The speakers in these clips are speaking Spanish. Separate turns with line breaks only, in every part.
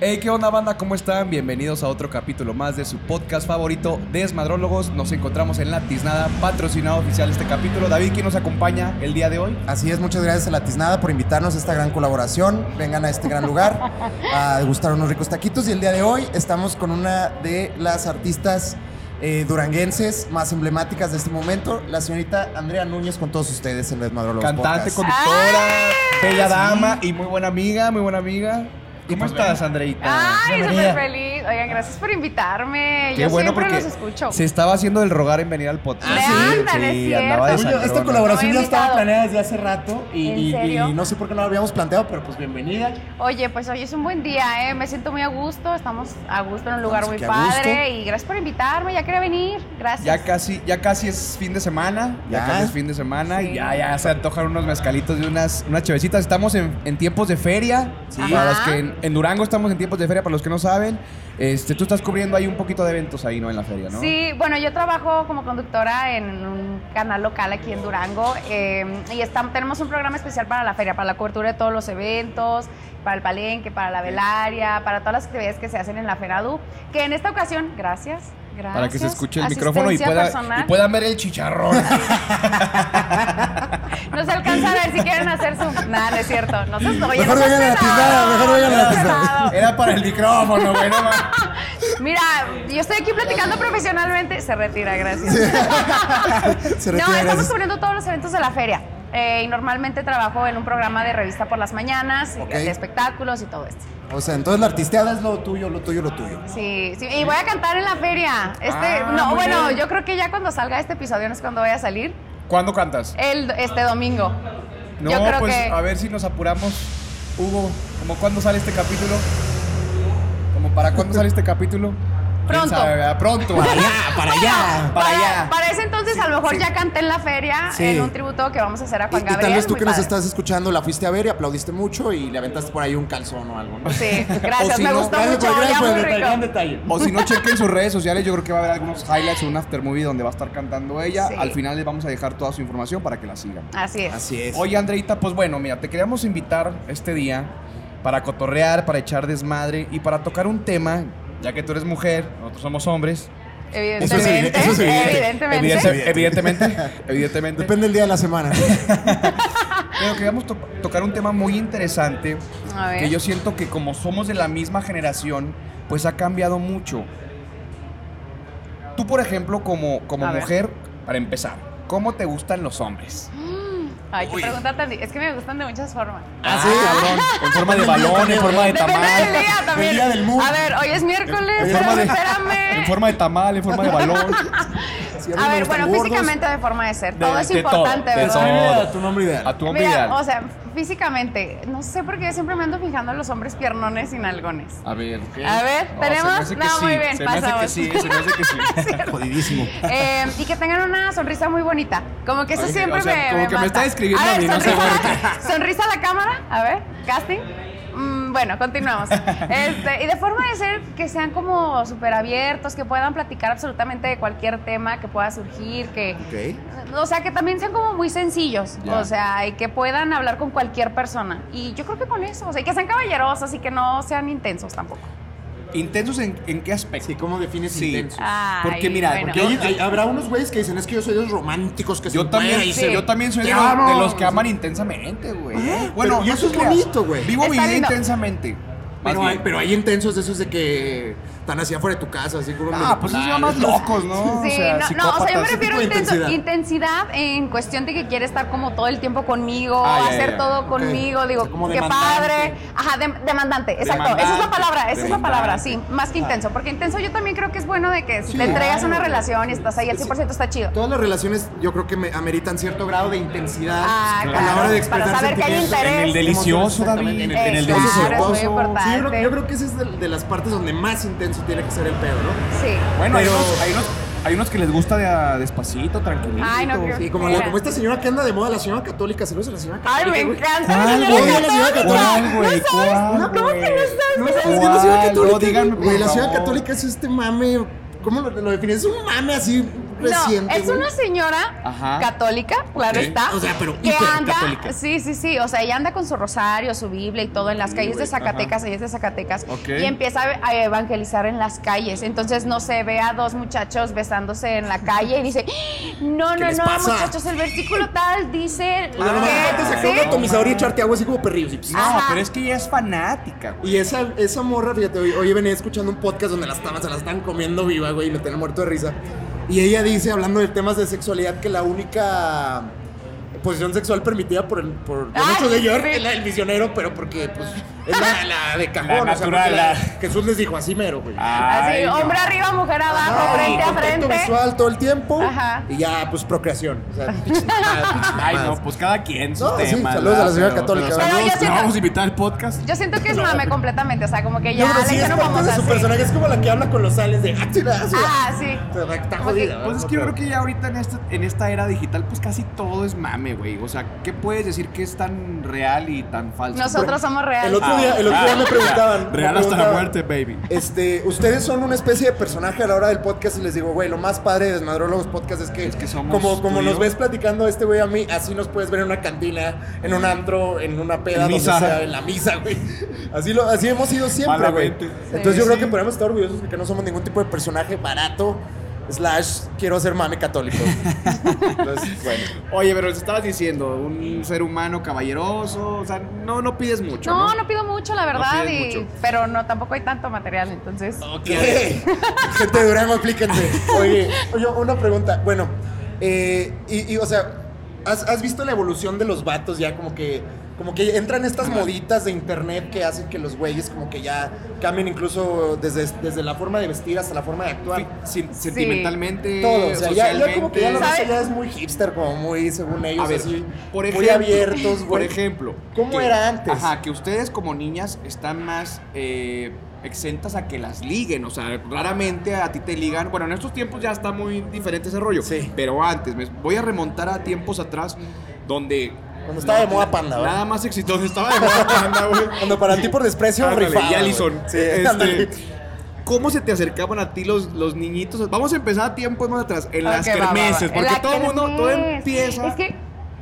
Hey, ¿qué onda banda? ¿Cómo están? Bienvenidos a otro capítulo más de su podcast favorito, Desmadrólogos. Nos encontramos en La Tiznada, patrocinado oficial de este capítulo. David, ¿quién nos acompaña el día de hoy?
Así es, muchas gracias a La Tiznada por invitarnos a esta gran colaboración. Vengan a este gran lugar a degustar unos ricos taquitos. Y el día de hoy estamos con una de las artistas eh, duranguenses más emblemáticas de este momento, la señorita Andrea Núñez con todos ustedes en Desmadrólogos
Cantante,
Podcast.
conductora, bella dama y muy buena amiga, muy buena amiga. ¿Cómo
pues,
estás, Andreita?
Ay,
Bienvenida.
Ah, súper feliz. Oigan, gracias por invitarme.
Qué
Yo
bueno
siempre
porque
los escucho.
se estaba haciendo el rogar en venir al podcast.
Ah, sí, ándale, es cierto.
andaba de
Oye, esta
sangrona.
colaboración
No,
ya estaba
invitado.
planeada desde hace rato y,
¿En
y- y
serio?
no sé por qué no la habíamos planteado, pero pues bienvenida.
Oye, pues hoy es un buen día, ¿eh? Me siento muy a gusto. Estamos a gusto en un lugar
Estamos
muy
aquí a gusto.
padre. Y gracias por invitarme. Ya quería venir. Gracias.
Ya casi, ya casi es fin de semana. Ya,
Ya.
casi es fin de semana.
Sí.
Ya, ya se antojan unos mezcalitos de unas, unas chevecitas. Estamos en, en tiempos de feria.
Sí.
Para
Ajá.
los que en, en Durango estamos en tiempos de feria, para los que no saben. Este, tú estás cubriendo ahí un poquito de eventos ahí, ¿no? En la feria, ¿no?
Sí, bueno, yo trabajo como conductora en un canal local aquí en Durango eh, y estamos, tenemos un programa especial para la feria, para la cobertura de todos los eventos, para el palenque, para la velaria, para todas las actividades que se hacen en la Feradu, que en esta ocasión, gracias, gracias.
Para que se escuche el micrófono y,
asistencia
pueda-
personal.
y puedan ver el chicharrón.
No se alcanza a ver si quieren hacer su... Nada, no es cierto. No se oye,
Mejor
no seas
vayan a la
pelado,
tiznada, mejor vayan a la
no seas
tiznada.
pelado.
Era para el micrófono, güey. no mames.
Mira, yo estoy aquí platicando profesionalmente. Se retira, gracias.
Se
no,
retira,
estamos
gracias.
cubriendo todos los eventos de la feria. Eh, y normalmente trabajo en un programa de revista por las mañanas, y
Ok.
de espectáculos y todo esto.
O sea, entonces la artisteada es lo tuyo, lo tuyo, lo tuyo.
Sí, sí, y voy a cantar en la feria. Este,
Ah,
no,
muy
bueno,
bien.
yo creo que ya cuando salga este episodio no es cuando voy a salir.
¿Cuándo cantas?
El, este domingo.
No,
yo creo
pues
que
a ver si nos apuramos. Hugo, ¿como cuándo sale este capítulo? ¿Como para cuándo sale este capítulo? ¿Quién
Pronto.
sabe, verdad? Pronto. Para allá, para allá,
para, para ese entonces a lo mejor ya canté en la feria
Sí.
en un tributo que vamos a hacer a
Y,
Juan
y
Gabriel.
tal vez tú
muy
que nos
padre.
estás escuchando la fuiste a ver y aplaudiste mucho y le aventaste por ahí un calzón o algo, ¿no?
Sí, gracias,
O si
me
no,
gustó
Gracias
mucho,
por-
ya
gracias por
muy
el detalle, gran
rico.
detalle.
O si no, chequen sus redes sociales. Yo creo que va a haber algunos highlights o un after movie donde va a estar cantando ella.
Sí.
Al final les vamos a dejar toda su información para que la sigan.
Así es.
Así es.
Oye, Andreita, pues bueno, mira, te queríamos invitar este día para cotorrear, para echar desmadre y para tocar un tema, ya que tú eres mujer, nosotros somos hombres.
Evidentemente.
evidente, eso es evidente.
Evidentemente.
Evidente- evidentemente, evidentemente.
Depende del día de la semana.
Pero queríamos to- tocar un tema muy interesante
A ver.
que yo siento que como somos de la misma generación, pues ha cambiado mucho. Tú, por ejemplo, como, como
A ver.
mujer, para empezar, ¿cómo te gustan los hombres?
Ay, qué pregunta tan. di- Es que me gustan de muchas formas.
Ah, cabrón. En forma de balón, en forma de
Depende del
tamal.
día también.
El día del mood.
A ver, hoy es miércoles,
En
pero
forma de,
espérame.
en forma de tamal, en forma de balón.
Sí, mí
a
me
ver,
gustan
bueno,
gordos.
físicamente o de forma de ser.
De-
todo es
de todo,
importante,
de
¿verdad?
todo.
Ah, Tu nombre ideal.
A tu hombre
Mira,
ideal.
o sea, físicamente, no sé por qué yo siempre me ando fijando en los hombres piernones y nalgones.
A ver. ¿qué?
A ver,
No,
¿tenemos?
se me hace que
No,
sí,
muy bien,
Se me hace que
pasamos.
sí, se me hace que sí.
Jodidísimo.
Eh, y que tengan una sonrisa muy bonita. Como que eso
Oye,
siempre
o sea,
me.
como que me
mata.
está describiendo
a
a mí,
ver,
no sé
sonrisa,
por
a la- sonrisa a la cámara. A ver, casting. Mm, bueno, continuamos. Este, y de forma de ser que sean como súper abiertos, que puedan platicar absolutamente de cualquier tema que pueda surgir, que.
Ok.
O sea, que también sean como muy sencillos.
Ya.
O sea, y que puedan hablar con cualquier persona. Y yo creo que con eso. O sea, y que sean caballerosos y que no sean intensos tampoco.
¿Intensos en, en qué aspecto?
Sí, ¿cómo defines
Sí.
intenso?
Ah,
Porque mira,
Ay,
Porque hay- hay- habrá unos güeyes que dicen, es que yo soy de los románticos que se
Yo también,
encueran y
sí.
se-
yo también soy de
Te
los,
amo.
de los que aman intensamente, güey.
Ah, pero- y
no
eso
te
es
creas.
bonito, güey.
Vivo mi
Está
vida
lindo.
intensamente. más
Pero hay,
bien.
pero hay intensos de esos de que están así afuera de tu casa, así como...
Ah, pues esos son más locos, ¿no?
Sí,
o sea,
no, no, o sea, yo me
psicópatas.
refiero a
de
intenso-
intensidad.
intensidad. en cuestión de que quiere estar como todo el tiempo conmigo,
Ah, ya,
hacer
ya,
todo
ok.
conmigo,
O sea,
digo,
como
qué
demandante.
padre. Ajá, dem- demandante, exacto, esa es la
Demandante,
palabra, esa es la palabra, sí,
demandante.
más que intenso, porque intenso yo también creo que es bueno de que si
Sí,
te entregas a una
claro.
relación y estás ahí al 100% está chido.
Todas las relaciones yo creo que me ameritan cierto grado de intensidad
Ah,
a la
claro,
hora de
para
expresar
saber que hay
sentimientos,
interés.
En el delicioso,
emociones,
David.
exactamente,
En el,
Eh,
en el
claro,
delicioso.
es muy
Sí, yo,
importante.
creo, yo creo que esa es de, de las partes donde más intenso tiene que ser el pedo, ¿no?
Sí.
Bueno, hay,
Pero-
unos, hay, unos, hay unos que les gusta de a- despacito, tranquilito.
Ay, no creo.
Sí, como, la- como esta señora que anda de moda, la señora católica, saludos a la señora
Ay,
católica.
me
güey.
encanta. la
¿Cuál,
señora
güey?
católica.
¿Cuál, güey?
No sabes,
¿Cuál,
no, ¿cómo que
güey?
no
No sabes
sabes?
que es la ciudad
¿Cuál? No,
católica.
díganme, por
güey, la ciudad
favor.
católica es este mame. ¿Cómo lo, lo defines? Es un mame así reciente.
no, es
güey.
una señora
Ajá.
católica, claro
Ok.
está.
O sea, pero
que
hipercatólica.
anda, sí, sí, sí, o sea, ella anda con su rosario, su Biblia y todo en las
Sí,
calles de
güey,
Zacatecas, ella es de Zacatecas,
Ok.
y empieza a evangelizar en las calles. Entonces, no se ve a dos muchachos besándose en la calle y dice, no,
¿Qué
no,
les
no,
pasa?
muchachos, el versículo tal dice...
Ah,
A lo mejor antes sacó un
Eh, ¿Sí?
atomizador y echarte agua así como perrillos. Y, pss.
No,
Ajá.
pero es que ella es fanática, güey.
Y esa, esa morra, fíjate, hoy, hoy venía escuchando un podcast donde las estaban, se la están comiendo viva, güey, y me tenía muerto de risa. Y ella dice, hablando de temas de sexualidad, que la única posición sexual permitida por el, por por
Ay,
muchos de York
sí.
es la del misionero, pero porque pues, es la, la de cajón.
La
o sea,
natural,
porque
la- Ah.
Jesús les dijo así mero, güey.
Así,
Ay, no.
hombre arriba, mujer abajo,
Ah,
frente
y
a
contacto
frente.
visual todo el tiempo.
Ajá.
Y ya, pues procreación. O sea, pinches mamadas, pinches
Ay, no,
mamadas.
pues cada quien sus
No, sí,
temas,
saludos
¿verdad?
a la señora
Pero-
católica.
pero
Pero
saludos,
yo sí
¿no
que-
vamos a invitar al podcast.
Yo siento que es mame completamente, o sea, como que
Yo
ya
creo que
le
sí es
echaron
parte de
famosa,
su
sí.
personaje, es como la que habla con los sales de "Ah, chida, chida".
Ah, sí.
O sea, Está
Como que-
jodida.
Pues es que yo creo que ya ahorita en esta, en esta era digital, pues casi todo es mame, güey. O sea, ¿qué puedes decir que es tan real y tan falso? ah,
Nosotros somos
El
reales.
otro día, el otro día me preguntaban.
Real
me
hasta la
preguntaban,
muerte, baby.
Este, ustedes son una especie de personaje a la hora del podcast y les digo, güey, lo más padre de Desmadrólogos Podcast es que,
Es que somos
como, como
tú y
nos
yo.
ves platicando a este güey a mí, así nos puedes ver en una cantina, en un antro, en una peda,
En
donde
misa.
sea, en la misa, güey. Así, lo, así hemos sido siempre, güey.
Malamente.
Entonces
Sí,
yo creo
sí.
que podemos estar orgullosos de que no somos ningún tipo de personaje barato, slash, quiero ser mame católico. Entonces, bueno.
Oye, pero les estabas diciendo, un ser humano caballeroso, o sea, no, no pides mucho.
No,
No,
no pido mucho, la verdad,
pides
y,
mucho.
pero no, tampoco hay tanto material, entonces.
Ok. Gente de Durango, aplíquense. Oye, oye, una pregunta. Bueno, eh, y, y, o sea, ¿has, has visto la evolución de los vatos ya? Como que, como que entran estas moditas de internet que hacen que los güeyes como que ya cambien incluso desde, desde la forma de vestir hasta la forma de actuar.
Fi- sen- Sentimentalmente,
Todo, o sea, ya, ya como que ya la
socialmente.
raza
¿Sabes?
ya es muy hipster, como muy, según ellos,
A ver,
así,
por ejemplo,
muy abiertos,
Por
güey.
ejemplo.
¿Cómo era antes?
Ajá, que ustedes como niñas están más eh, exentas a que las liguen. O sea, raramente a ti te ligan. Bueno, en estos tiempos ya está muy diferente ese rollo.
Sí.
Pero antes, me voy a remontar a tiempos atrás donde.
Cuando estaba de
la-
moda Panda, ¿verdad?
Nada más exitoso. Donde estaba de moda Panda, güey.
Cuando para ti por desprecio,
Ándale,
rifada,
y
güey.
Allison.
Sí,
Este,
ándale.
¿Cómo se te acercaban a ti los, los niñitos? Vamos a empezar a tiempo más atrás, en las
Ok, va, va, va.
kermeses, porque
La
todo el mundo todo
kermés.
empieza.
Es que.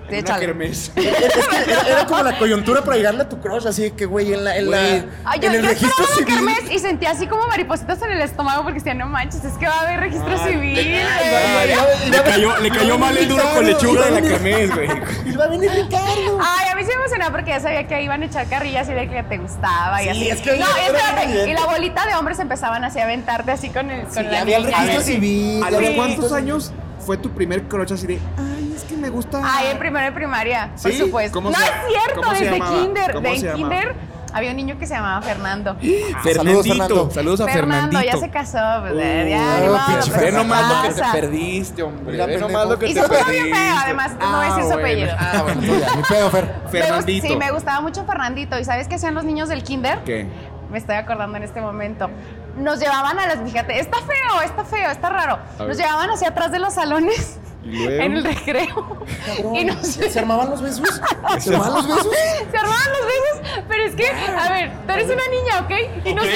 en
De
una kermés.
Es que era, era como la coyuntura para llegarle a tu crush, así que, güey, en la. En, la-
Güey.
Ay, yo,
en el
yo
registro
esperaba la
civil.
kermés y sentía así como maripositas en el estómago porque decía, no manches, es que va a haber registro civil.
Ay,
güey".
va- va-
Le
va-
cayó, le cayó mal el duro con lechuga en la kermés, güey.
Y va a venir Ricardo.
Ay, a mí sí me emocionaba porque ya sabía que ahí iban a echar carrillas y de que te gustaba y
Sí,
así.
es que
no,
era
espérate.
evidente.
Y la bolita de hombres empezaban así a aventarte así con el. Con
Sí,
la
ya había el
niña,
registro
así.
civil.
¿A
ya
los
había
cuántos
registro-
años fue tu primer crocha así de, ay, es que me gusta?
Ay, en primero de primaria, por
¿Sí?
supuesto.
¿Cómo
no
se-
es cierto,
cómo se
desde
llamaba?
kinder.
¿Cómo
de
se
en
llamaba?
kinder había un niño que se llamaba Fernando.
Ah, Fernandito.
Saludos, Fernando.
Saludos a
Fernando
Fernandito. Uh,
ya se casó, pues,
Uy,
ya,
oh,
ni modo,
pinche
pues,
Ve
Fer,
¿qué
nomás lo que te
pasa?
perdiste, hombre.
Mira,
Ve nomás lo que
Y
te
su
perdiste.
papá bien feo, además, no voy a decir su apellido.
Ah, bueno, tú ya, mi pedo, Fer.
Me gust-
Fernandito.
sí, me gustaba mucho Fernandito. ¿Y sabes qué hacían los niños del kinder?
¿Qué?
Me estoy acordando en este momento. Nos llevaban a las, fíjate, está feo, está feo, está raro.
ver.
Nos llevaban hacia atrás de los salones
¿Y luego?
en el recreo.
Cabrón,
Y nos
¿Se armaban los besos? ¿Se armaban los besos?
Se armaban los besos, pero es que, a ver, tú eres una niña, ¿ok? Y nos,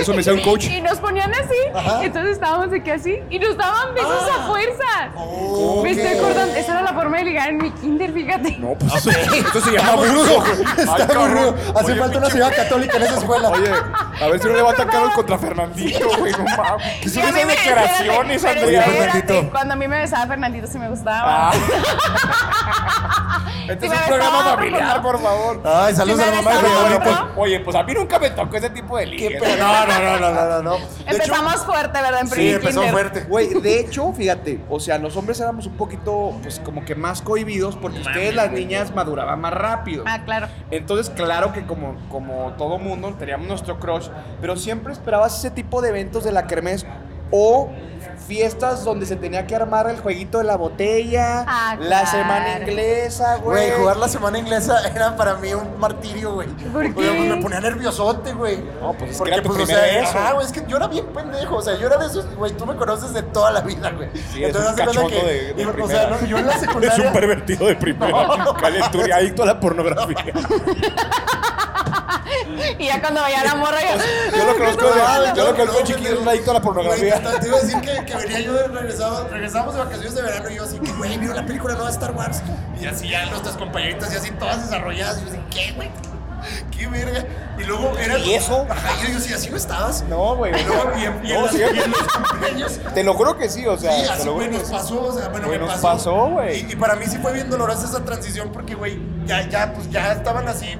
Eso me decía un coach.
Y nos ponían así,
Ajá.
entonces estábamos aquí así, y nos daban besos
Ah.
a fuerza.
Oh,
Me estoy
ok.
acordando, esa era la forma de ligar en mi kinder, fíjate.
No, pues eso, eso se
Está
llama
aburrido.
abuso.
Está
Ay, cabrón.
aburrido. Hace
Oye,
falta una
pinche-
ciudad católica en esa escuela.
Oye, a ver si no le va a atacar contra Fernandito, güey. No mames.
Y a mí me-
declaraciones,
espérate,
Andrea.
pero espérate,
Fernandito.
Cuando a mí me besaba Fernandito sí me gustaba.
Ah.
Sí
Este
me
es un programa
besaba, pues,
familiar, por favor.
Ay, saludos
Si
a
me
la mamá de
besaba,
Fernando.
¿no?
Oye, pues a mí nunca me tocó ese tipo de
Qué
ligue.
pedo. No, no, no, no, no, no, no. De hecho-
Empezamos fuerte, ¿verdad? En
Sí,
primer
empezó
kinder.
fuerte.
Güey, de hecho, fíjate, o sea, los hombres éramos un poquito, pues como que más cohibidos porque ustedes, las niñas, maduraban más rápido.
Ah, claro.
Entonces, claro que como, como todo mundo, teníamos nuestro crush, pero siempre esperabas ese tipo de eventos de la kermés o fiestas donde se tenía que armar el jueguito de la botella,
Ah,
la
claro.
semana inglesa,
Güey,
güey.
jugar la semana inglesa era para mí un martirio, güey.
Pues- ¿Por
Porque,
qué?
pues, me ponía nerviosote, güey.
No, pues, es que
Porque,
era tu
pues, o
primera
sea,
vez,
ajá,
güey.
güey, es que yo era bien pendejo, o sea, yo era de esos, güey, tú me conoces de toda la vida, güey.
Sí, es un
haz de cuenta
cachondo de- de
y, o sea,
primera.
no, yo en la secundaria
pervertido de primera. Calentura, adicto a la pornografía.
Y ya cuando veía a la morra, yo,
Yo lo conozco de- yo lo conozco
No,
chiquito,
pendejo.
un adicto a la pornografía.
Güey, Te iba a decir que, que venía yo, regresaba, regresamos de vacaciones de verano y yo así, que güey, vio la película nueva de Star Wars. Y así ya nuestras compañeritas y así todas desarrolladas. Y yo así, ¿qué, güey? ¿Qué verga? Y luego era...
¿Y eso?
Ajá, y yo, yo así, así no estabas.
No, güey.
Y luego, y en, y en
No,
las-
sí.
y en los cumpleaños...
Te lo juro que sí, o
Sí,
sea, te
así
lo
güey,
juro
nos
que sí.
pasó, o sea, bueno,
Güey,
me
nos
pasó.
pasó, güey.
Y, y para mí sí fue bien dolorosa esa transición porque, güey, ya, ya, pues ya estaban así,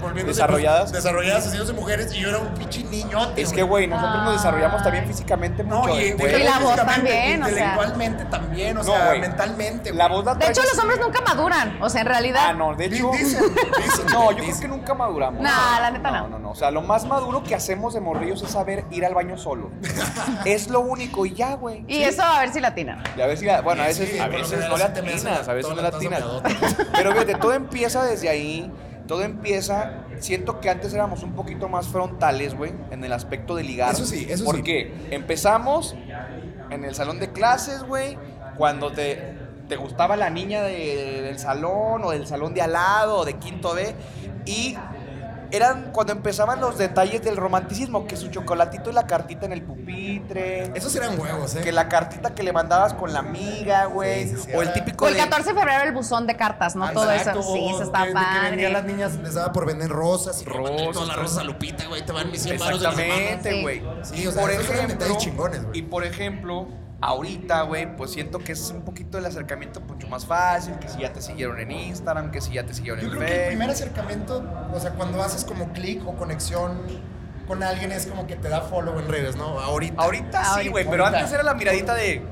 volviendo
Desarrolladas.
desarrolladas, haciéndose mujeres, y yo era un pinche niñote.
Es que, güey, nosotros nos desarrollamos también físicamente
Ah. No,
mucho.
y,
eh, güey.
Y la voz
físicamente,
también, o sea.
Intelectualmente también, o
No,
sea,
güey.
mentalmente.
La
güey.
voz la
De
traes
hecho,
así.
los hombres nunca maduran. O sea, en realidad.
Ah, no, de hecho.
Dicen, dicen,
no, yo creo
dicen.
que nunca maduramos.
Nah, la neta
No,
no.
no, no. O sea, lo más maduro que hacemos de morrillos es saber ir al baño solo. es lo único y ya, güey.
Y eso a ver si latina.
Y a veces, bueno, a
Sí,
veces, a
por lo
veces
general
no
sí te me hace
latinas, a veces
toda
no
la taza
latinas.
pedota.
Pero fíjate, todo empieza desde ahí. Todo empieza. Siento que antes éramos un poquito más frontales, güey, en el aspecto de ligar.
Eso sí, eso sí.
Porque empezamos en el salón de clases, güey, cuando te, te gustaba la niña de- del salón o del salón de al lado o de quinto B. Y eran cuando empezaban los detalles del romanticismo, que su chocolatito y la cartita en el pupitre.
Esos eran huevos,
Que
¿eh?
la cartita que le mandabas con la amiga, güey.
Sí, sí, sí,
o el
era-
típico
O el
de-
14 de febrero el buzón de cartas, ¿no? Todo eso.
Exacto,
Sí,
o
eso
que-
está
de Que
padre.
venían las niñas, les daba por vender rosas. Y
Rosas.
rosas. Todas las rosas a Lupita, güey, te van mis 100 varos de la semana.
Exactamente,
Sí.
güey.
Sí,
Y
o sea,
por
esos eran
ejemplo,
detalles chingones, güey.
y por ejemplo, ahorita, güey, pues siento que es un poquito el acercamiento mucho más fácil, que si ya te siguieron en Instagram, que si ya te siguieron
Yo
en
creo que el
Facebook.
primer acercamiento, o sea, cuando haces como clic o conexión con alguien es como que te da follow en redes, ¿no? Ahorita.
Ahorita sí,
Ahorita.
güey, pero
Ahorita.
antes era la miradita de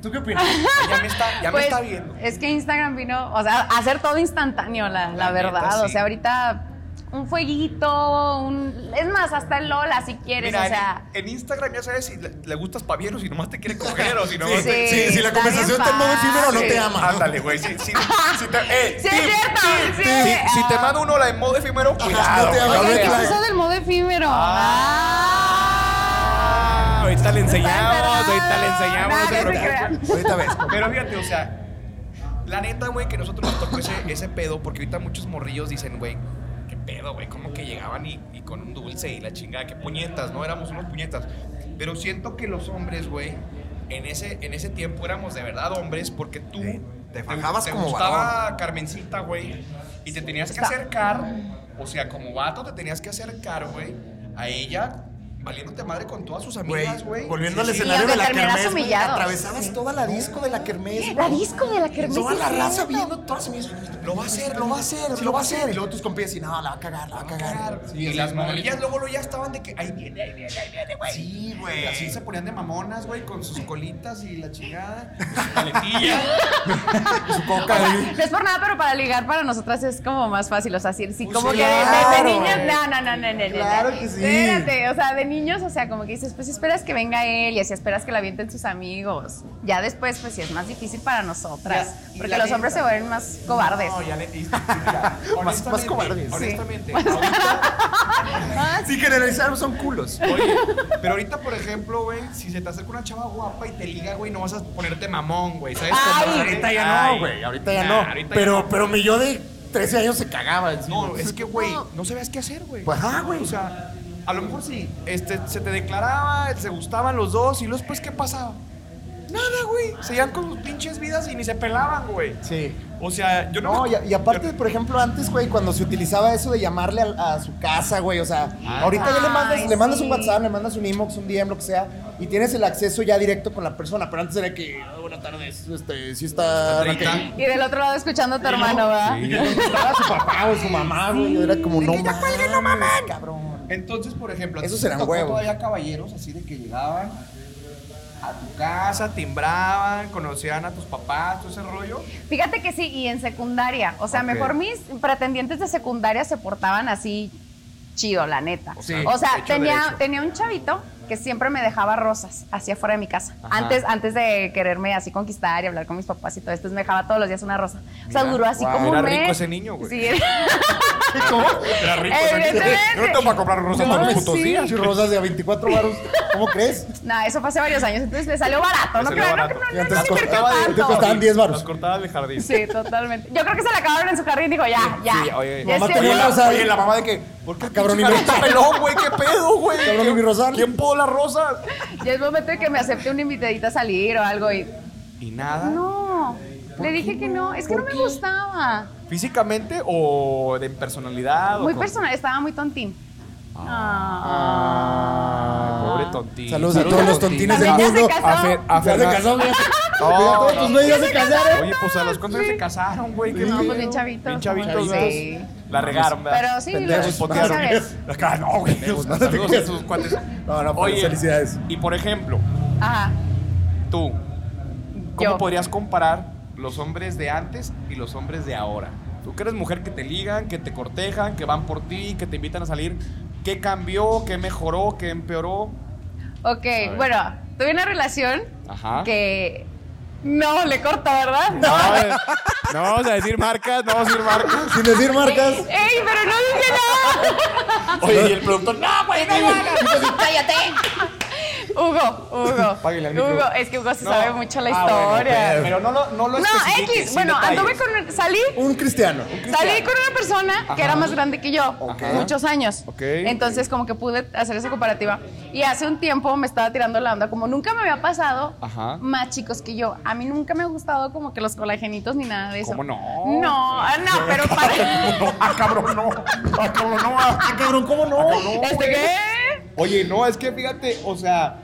¿Tú qué opinas?
ya me está, ya
Pues,
me está viendo.
Es que Instagram vino, o sea, a hacer todo instantáneo, la, la
La neta,
verdad. O
sí.
sea, ahorita un fueguito, un. Es más, hasta el Lola si quieres,
Mira,
o sea.
en, en Instagram ya sabes si le, le gustas pa' bien o si nomás te quiere coger o si nomás
Sí.
te-
Sí, si la
está
conversación
bien
está en modo efímero, no
padre.
te ama. ¿no?
Ándale, güey. Si, si, si te, eh,
Sí, es cierto, sí.
Si, si te manda uno la en modo efímero, cuidado.
no te
güey,
hagas,
no
Oye,
ver,
te
¿qué
claro.
es
hagas.
eso del modo efímero? Ah.
Ahorita le
Ay,
enseñamos,
perdón.
ahorita le
Nah,
enseñamos. no te
no se
preocupes.
crean.
Ahorita ves.
Pero fíjate, o sea, la neta, güey, que nosotros nos tocó ese, ese pedo, porque ahorita muchos morrillos dicen, güey, qué pedo, güey, como que llegaban y, y con un dulce y la chingada, qué puñetas, ¿no? Éramos unos puñetas. Pero siento que los hombres, güey, en ese, en ese tiempo éramos de verdad hombres, porque tú
Sí, te
te,
fajabas
te
como
gustaba
varón.
Carmencita, güey, y te tenías que
Está.
acercar, o sea, como vato te tenías que acercar, güey, a ella. Valiéndote madre con todas sus amigas, güey.
Güey, volviendo al
Sí, sí.
escenario
aunque
de la
terminas
kermés, güey,
humillado.
atravesabas toda la disco de la kermés.
La
güey.
disco de la kermés.
Toda
sí
la
es
raza
cierto.
viendo, todas las amigas, lo va a hacer, lo va a hacer,
Sí,
lo va a hacer. Y luego tus compitas y
Ah,
no, la va a cagar, la va a cagar. Sí,
y
así
las
es, ¿no?
morrillas luego luego ya estaban de que ahí viene, ahí viene, ahí viene, güey.
Sí,
Y
güey.
Así se ponían de mamonas, güey, con sus colitas y la chingada. Su paletilla.
su
O
coca
sea,
ahí.
no es por nada, pero para ligar para nosotras es como más fácil. O sea, si, si
Pues
como
sí,
que de- de,
claro.
de niños. No, no, no, no, no, no,
Claro
no.
que sí.
Espérate, o sea, de niños, o sea, como que dices, pues esperas que venga él y así esperas que la avienten sus amigos. Ya después, pues sí es más difícil para nosotras.
Ya, y
porque
la
los
neta.
hombres se vuelven más cobardes.
No, ya le y- y mira,
Más- más cobardes.
Honestamente. ahorita-
Ah,
Sí, generalizar pues, son culos.
oye, pero ahorita, por ejemplo, güey, si se te acerca una chava guapa y te liga, güey, no vas a ponerte mamón, güey. ¿Sabes?
Ay.
Como-
Ahorita ya
Ay.
no, güey. Ahorita ya
Nah,
no.
ahorita ya
pero,
no.
pero mi yo de 13 años se cagaba. encima.
No, es que, güey, no sabías qué hacer, güey.
Pues, ajá, güey.
O sea, a lo mejor sí, este, se te declaraba, se gustaban los dos y luego después, ¿qué pasaba? Nada, güey. Se iban con sus pinches vidas y ni se pelaban, güey.
Sí.
O sea, yo no...
No,
me-
y, y aparte, por ejemplo, antes, güey, cuando se utilizaba eso de llamarle a, a su casa, güey, o sea, ahorita ya le mandas,
Ay,
le mandas
sí.
un WhatsApp, le mandas un inbox, un DM, lo que sea, y tienes el acceso ya directo con la persona, pero antes era que, "Ah, buenas tardes, este, sí está... Raquel".
Y del otro lado escuchando a tu hermano, ¿verdad?
Y le contestaba a su papá o su mamá, güey, yo era como, no
que ya cuelguen, no
mames,
mamen".
cabrón.
Entonces, por ejemplo, ¿a
Esos
ti te
eran
tocó
huevos.
todavía caballeros así de que llegaban a tu casa, timbraban, conocían a tus papás, todo ese rollo.
Fíjate que sí, y en secundaria. O sea,
Ok.
mejor mis pretendientes de secundaria se portaban así chido, la neta.
Sí,
o sea,
hecho
tenía,
derecho.
tenía un chavito que siempre me dejaba rosas hacia afuera de mi casa. Antes, antes de quererme así conquistar y hablar con mis papás y todo esto, me dejaba todos los días una rosa. O sea,
Mira,
duró así
guau,
como
era
un mes.
rico ese niño, güey.
Sí, era-
¿Cómo?
Era rico. señorita.
Evidentemente.
Yo no tengo para comprar rosas
No,
todos los
mames,
putos
sí.
días.
Si rosas de a 24 varos, ¿cómo crees?
No, eso fue hace varios años, entonces le salió barato. No
salió
creo, no,
barato.
no, no,
Y antes
no
las
se invirtió
cortaba de- antes
tanto.
costaban 10
Las
varos.
cortadas de jardín.
Sí, totalmente. Yo creo que se la acabaron en su carril y dijo, ya, ya.
Sí, oye,
ya
mamá
es
tenía
seguro.
la-
Oye, la mamá de que. ¿Por qué
Ah, Cabrón,
cabrón
y
y
no-
pelón, güey? ¿Qué pedo, güey?
Cabrón, y mi rosal.
¿Quién pudo las rosas?
Ya es momento de que me acepte una invitadita a salir o algo y...
Y nada.
No, le dije que no, es que no me gustaba.
¿Físicamente o de personalidad? o
Muy
con-
personal, estaba muy tontín.
Ay,
Ah.
pobre tontín.
Saludos a todos los tontines del
También Ah, ya se
mundo.
casó.
A Fer- a
Ya se
Fernan-
casó,
Ya
No,
todos
no.
tus medios se casaron.
Oye, pues a los cuantos se casaron, güey. ¿Qué
No, pues
pedo?
bien chavitos,
Bien chavitos,
sí.
¿verdad? La regaron, ¿verdad?
Pero sí,
Pendejos,
los
putearon.
ah,
Acá, no, güey.
Saludos a sus cuates.
No, no, pero
Oye,
felicidades.
Y por ejemplo,
Ajá,
tú, ¿cómo
Yo.
podrías comparar los hombres de antes y los hombres de ahora? Tú que eres mujer que te ligan, que te cortejan, que van por ti, que te invitan a salir. ¿Qué cambió? ¿Qué mejoró? ¿Qué empeoró?
ok, bueno, tuve una relación
Ajá.
que... No, le corto, ¿verdad?
Ah.
No.
No, no vamos a decir marcas, no vamos a decir marcas.
Sin decir marcas.
¡Ey, pero no dije nada!
Oye, y el productor. No,
¡Güey, no lo hagas! ¡Cállate! Hugo, Hugo.
Páguenle al micro.
Hugo, es que Hugo se
No.
sabe mucho la
Ah, bueno,
historia.
pero- pero no lo, no lo
no,
especifiques,
X,
sin
bueno,
detalles.
anduve con... Salí
Un cristiano.
Salí con una persona que era más grande que yo,
Ajá.
muchos años.
Ok.
Entonces, como que pude hacer esa comparativa. Y hace un tiempo me estaba tirando la onda, como nunca me había pasado
Ajá.
más chicos que yo. A mí nunca me ha gustado como que los colagenitos ni nada de eso.
¿Cómo no?
No, ah, no, pero para.
ah, cabrón, no. Ah, cabrón, no. Ah, cabrón, ¿cómo no?
¿Este qué?
Oye, no, es que fíjate, o sea,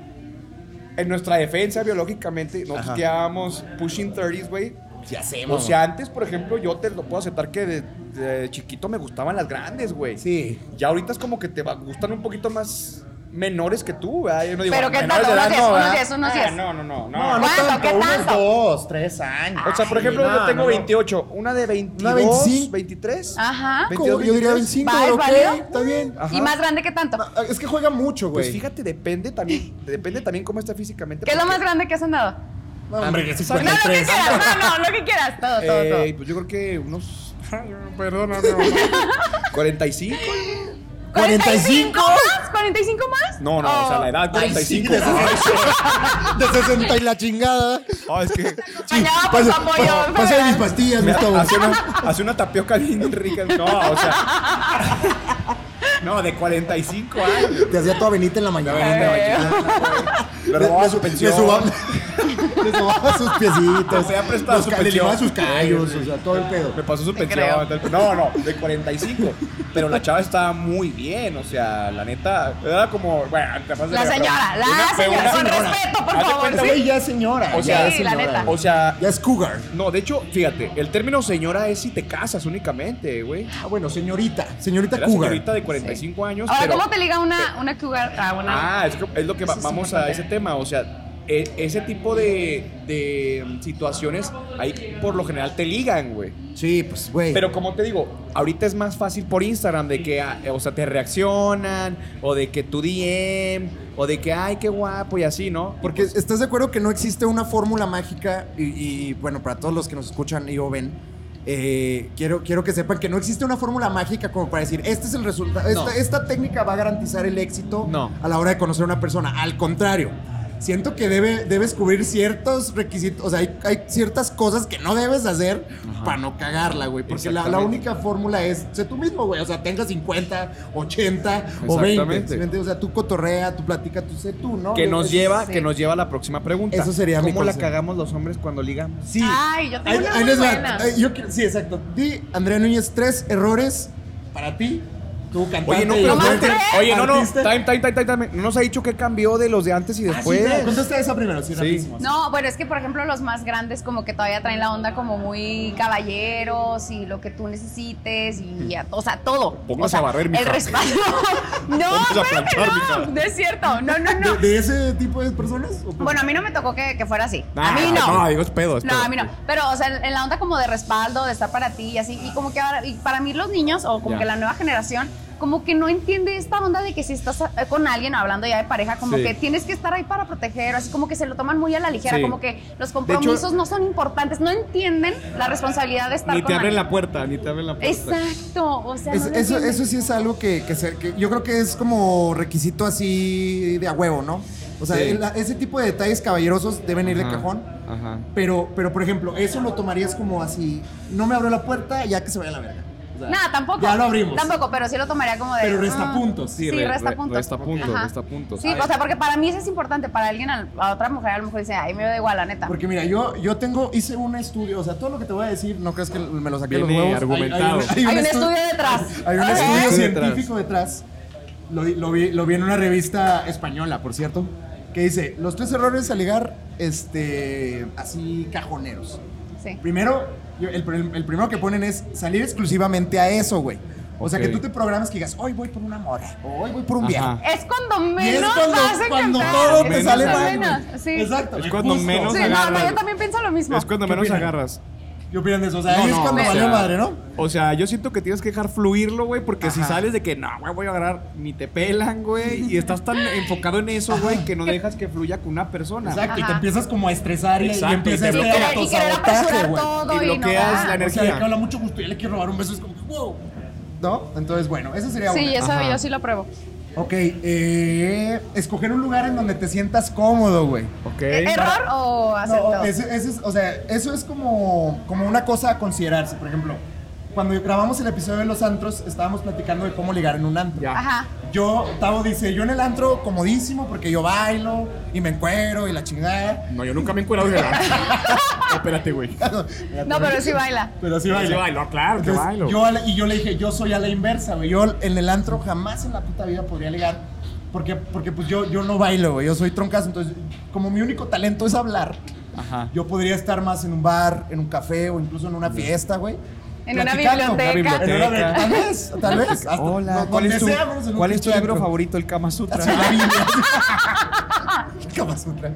en nuestra defensa biológicamente, nosotros
Ajá.
que llevamos pushing 30s, güey.
Ya
O
hacemos.
sea, antes, por ejemplo, yo te lo puedo aceptar que de, de chiquito me gustaban las grandes, güey.
Sí.
Ya ahorita es como que te va- gustan un poquito más menores que tú, ¿verdad? Yo no digo,
Pero ¿qué
menores
tanto?
de
Unos diez,
edad, no,
unos
¿verdad?
diez, unos
Ah,
diez.
No, no,
No,
no, no.
no
¿Cuánto?
tanto,
¿Qué
unos
tanto?
dos, tres años.
O sea, por ejemplo,
no,
yo tengo
no, no.
28, una de 22,
Una 25.
23.
Ajá.
¿Cómo? Yo diría 25,
¿Va, es
pero ok,
válido?
está bien.
Ajá.
¿Y más grande que tanto?
Ah, Es que juega mucho,
Pues
güey.
fíjate, depende también, depende también cómo está físicamente.
¿Qué es lo
porque-
más grande que has andado?
No, hombre, que
No, lo que
53.
quieras, no, no, lo que quieras. Todo, todo, todo.
Eh, pues yo creo que unos. Perdóname. 45.
45 más, 45 más.
No, no, o sea, la edad
Ay, sí,
45.
de, 60, de 60 y la chingada.
No, es que
Bañado por
Pasa-
su pues, apoyo,
pa- Pasa de mis pastillas,
me
Gustavo.
hace una, hace una tapioca bien rica. No, o sea. No, de 45 años.
Te hacía toda venita en la mañana.
Le robaba su pensión.
Le subaba, le subaba sus piecitos.
Le había prestado
los
su
ca- le
pensión.
limaba sus callos, o sea, todo el pedo.
Me pasó su
Te
pensión. tal- No, no, de 45. Pero la chava estaba muy bien, o sea, la neta. Era como. Bueno, te pasas de
Oh, La
verga,
señora, la
pero pero
señora, con
señora.
respeto, por
Haz de
favor,
cuenta,
sí.
güey,
ya es señora.
O sea,
ya
sí,
es
la
señora.
neta.
O sea,
ya es cougar.
No, de hecho, fíjate, el término señora es si te casas únicamente, güey.
Ah, bueno, señorita. Señorita
Era
cougar.
señorita de 45 años,
Ahora,
pero...
¿cómo te liga una, una cougar a una?
Ah, es, que- es lo que va-
Eso es
vamos a
importante.
ese tema, o sea, e- ese tipo de, de mm, situaciones ahí por lo general te ligan, güey.
Sí, pues, güey.
Pero como te digo, ahorita es más fácil por Instagram de que, ah, o sea, te reaccionan, o de que tu DM, o de que, ay, qué guapo y así, ¿no?
Porque estás de acuerdo que no existe una fórmula mágica y, y, bueno, para todos los que nos escuchan y o ven, eh, quiero, quiero que sepan que no existe una fórmula mágica como para decir, este es el resultado,
No.
esta, esta técnica va a garantizar el éxito
No.
a la hora de conocer a una persona. Al contrario, siento que debe, debes cubrir ciertos requisitos, o sea, hay, hay ciertas cosas que no debes hacer para no cagarla, güey. Porque la, la
Exactamente.
única fórmula es, sé tú mismo, güey, o sea, tenga 50, 80 o 20.
Exactamente.
¿sí me entiendes? O sea, tú cotorrea, tú platica, tú sé tú, ¿no?
que
Yo-
nos
eso-
lleva,
sí.
que nos lleva a la próxima pregunta.
Eso sería mi
¿Cómo la
consejo.
cagamos los hombres cuando ligamos?
Sí.
Ay, yo Ah,
Ahí-
tengo una
ahí
muy
les va.
buena.
Ay, yo quiero- sí, exacto. Di, Andrea Núñez, tres errores para ti. Tú cantante.
Oye, no,
y
pero
¿Nomás
cantante,
tres?
Oye, no, no.
artista.
Time, time, time, time, time. No nos ha dicho qué cambió de los de antes y
Ah, sí,
después.
no, contesta esa primero, sí, rapidísimo.
No, bueno, es que por ejemplo los más grandes como que todavía traen la onda como muy caballeros y lo que tú necesites y a- o sea, todo.
Póngase
O sea,
a barrer, mija.
El respaldo. no,
Póngase a
espérate,
planchar,
no,
mija.
no es cierto. No, no, no.
¿De, de ese tipo de personas? ¿O por-
Bueno, a mí no me tocó que, que fuera así.
Ah,
a mí no.
digo, es pedo, es
No,
pedo.
a mí no. Pero, o sea, en la onda como de respaldo, de estar para ti y así. Y como que ahora, y para mí los niños, o como
Ya.
que la nueva generación, como que no entiende esta onda de que si estás eh, con alguien hablando ya de pareja, como
Sí.
que tienes que estar ahí para proteger, así como que se lo toman muy a la ligera,
Sí.
como que los compromisos no son importantes, no entienden la responsabilidad de estar
Ni
con
te abren
alguien.
la puerta, ni te abren la puerta.
Exacto, o sea,
Es-
no lo
eso,
entienden.
eso sí es algo que, que se- que yo creo que es como requisito así de a huevo, ¿no? O sea,
Sí.
el- ese tipo de detalles caballerosos deben ir de
Ajá,
cajón.
Ajá.
Pero, pero, por ejemplo, eso lo tomarías como así, no me abrió la puerta, ya que se vaya a la verga. O sea,
Nada, tampoco.
Ya lo abrimos.
Tampoco, pero sí lo tomaría como de.
Pero resta
ah,
puntos.
Sí,
Sí,
re-
resta
re-
puntos.
resta puntos,
Ajá.
resta puntos.
Sí, o sea, porque para mí eso es importante. Para alguien, al- a otra mujer, a lo mejor dice, ay, me da igual, la neta.
Porque mira, yo, yo tengo, hice un estudio, o sea, todo lo que te voy a decir, no crees que me lo saqué de los
Viene
huevos.
argumentado.
Hay un
estu-
estudio detrás.
Hay un
Ajá.
estudio
Sí, detrás.
científico detrás. Lo, di- lo vi, lo vi en una revista española, por cierto, que dice, los tres errores a ligar, este, así cajoneros.
Sí.
Primero, yo- el, pr- el primero que ponen es salir exclusivamente a eso, güey. O sea,
Ok.
que tú te programas que digas, hoy voy por una morra, o hoy voy por un
Ajá.
viejo.
Es cuando
Y es
menos
cuando,
vas a
cuando
encontrar.
todo
Es
te
Menos
sale
cuando
mal.
menos,
güey.
Sí.
Exacto.
Es cuando
justo.
menos
Sí, no, no,
agarras.
yo también pienso lo mismo.
Es cuando menos
opinan?
agarras.
¿Qué opinan de eso? O sea,
No,
ahí es
no,
cuando
o sea,
valió madre, ¿no?
O sea, yo siento que tienes que dejar fluirlo, güey, porque si
Ajá.
sales de que no, güey, voy a agarrar, ni te pelan, güey, y estás tan enfocado en eso, güey, que no dejas que fluya con una persona.
Exacto, y te
Ajá.
empiezas como a estresar y, y
Exacto,
empieza
y
Sí,
te
este
querer- y querer
autosabotaje,
apresurar
güey.
todo
Y
y, no
bloqueas
da.
la energía.
O sea, de que habla mucho gusto, ya le quiero robar un beso, es como que, wow. ¿No? Entonces, bueno, eso sería
Sí,
una.
eso
Ajá.
yo sí lo pruebo.
Ok, eh, escoger un lugar en donde te sientas cómodo, güey.
Ok.
¿E- ¿Error o acepto?
No, ese- ese es- o sea, eso es como, como una cosa a considerarse. Por ejemplo, cuando grabamos el episodio de los antros, estábamos platicando de cómo ligar en un antro.
Ya.
Ajá.
Yo, Tavo dice, yo en el antro comodísimo porque yo bailo y me encuero y la chingada.
No, yo nunca me he encuerado de nada. Espérate, güey.
No, pero sí baila.
Pero sí
Sí,
bailo.
bailo, claro, que
Entonces,
bailo.
yo a la- y yo le dije, yo soy a la inversa, güey. Yo en el antro jamás en la puta vida podría ligar. Porque, porque pues yo, yo no bailo, güey. Yo soy troncazo. Entonces, como mi único talento es hablar,
Ajá.
yo podría estar más en un bar, en un café o incluso en una fiesta, güey.
En una
platicando.
biblioteca.
En una biblioteca. Tal vez, tal vez. Hasta-
Hola,
no,
¿cuál
donde
es tu,
sea, menos en un
cuál es tu
pinche
libro
antro.
favorito? El Kama Sutra.
Sí, la Biblia. Kama Sutra.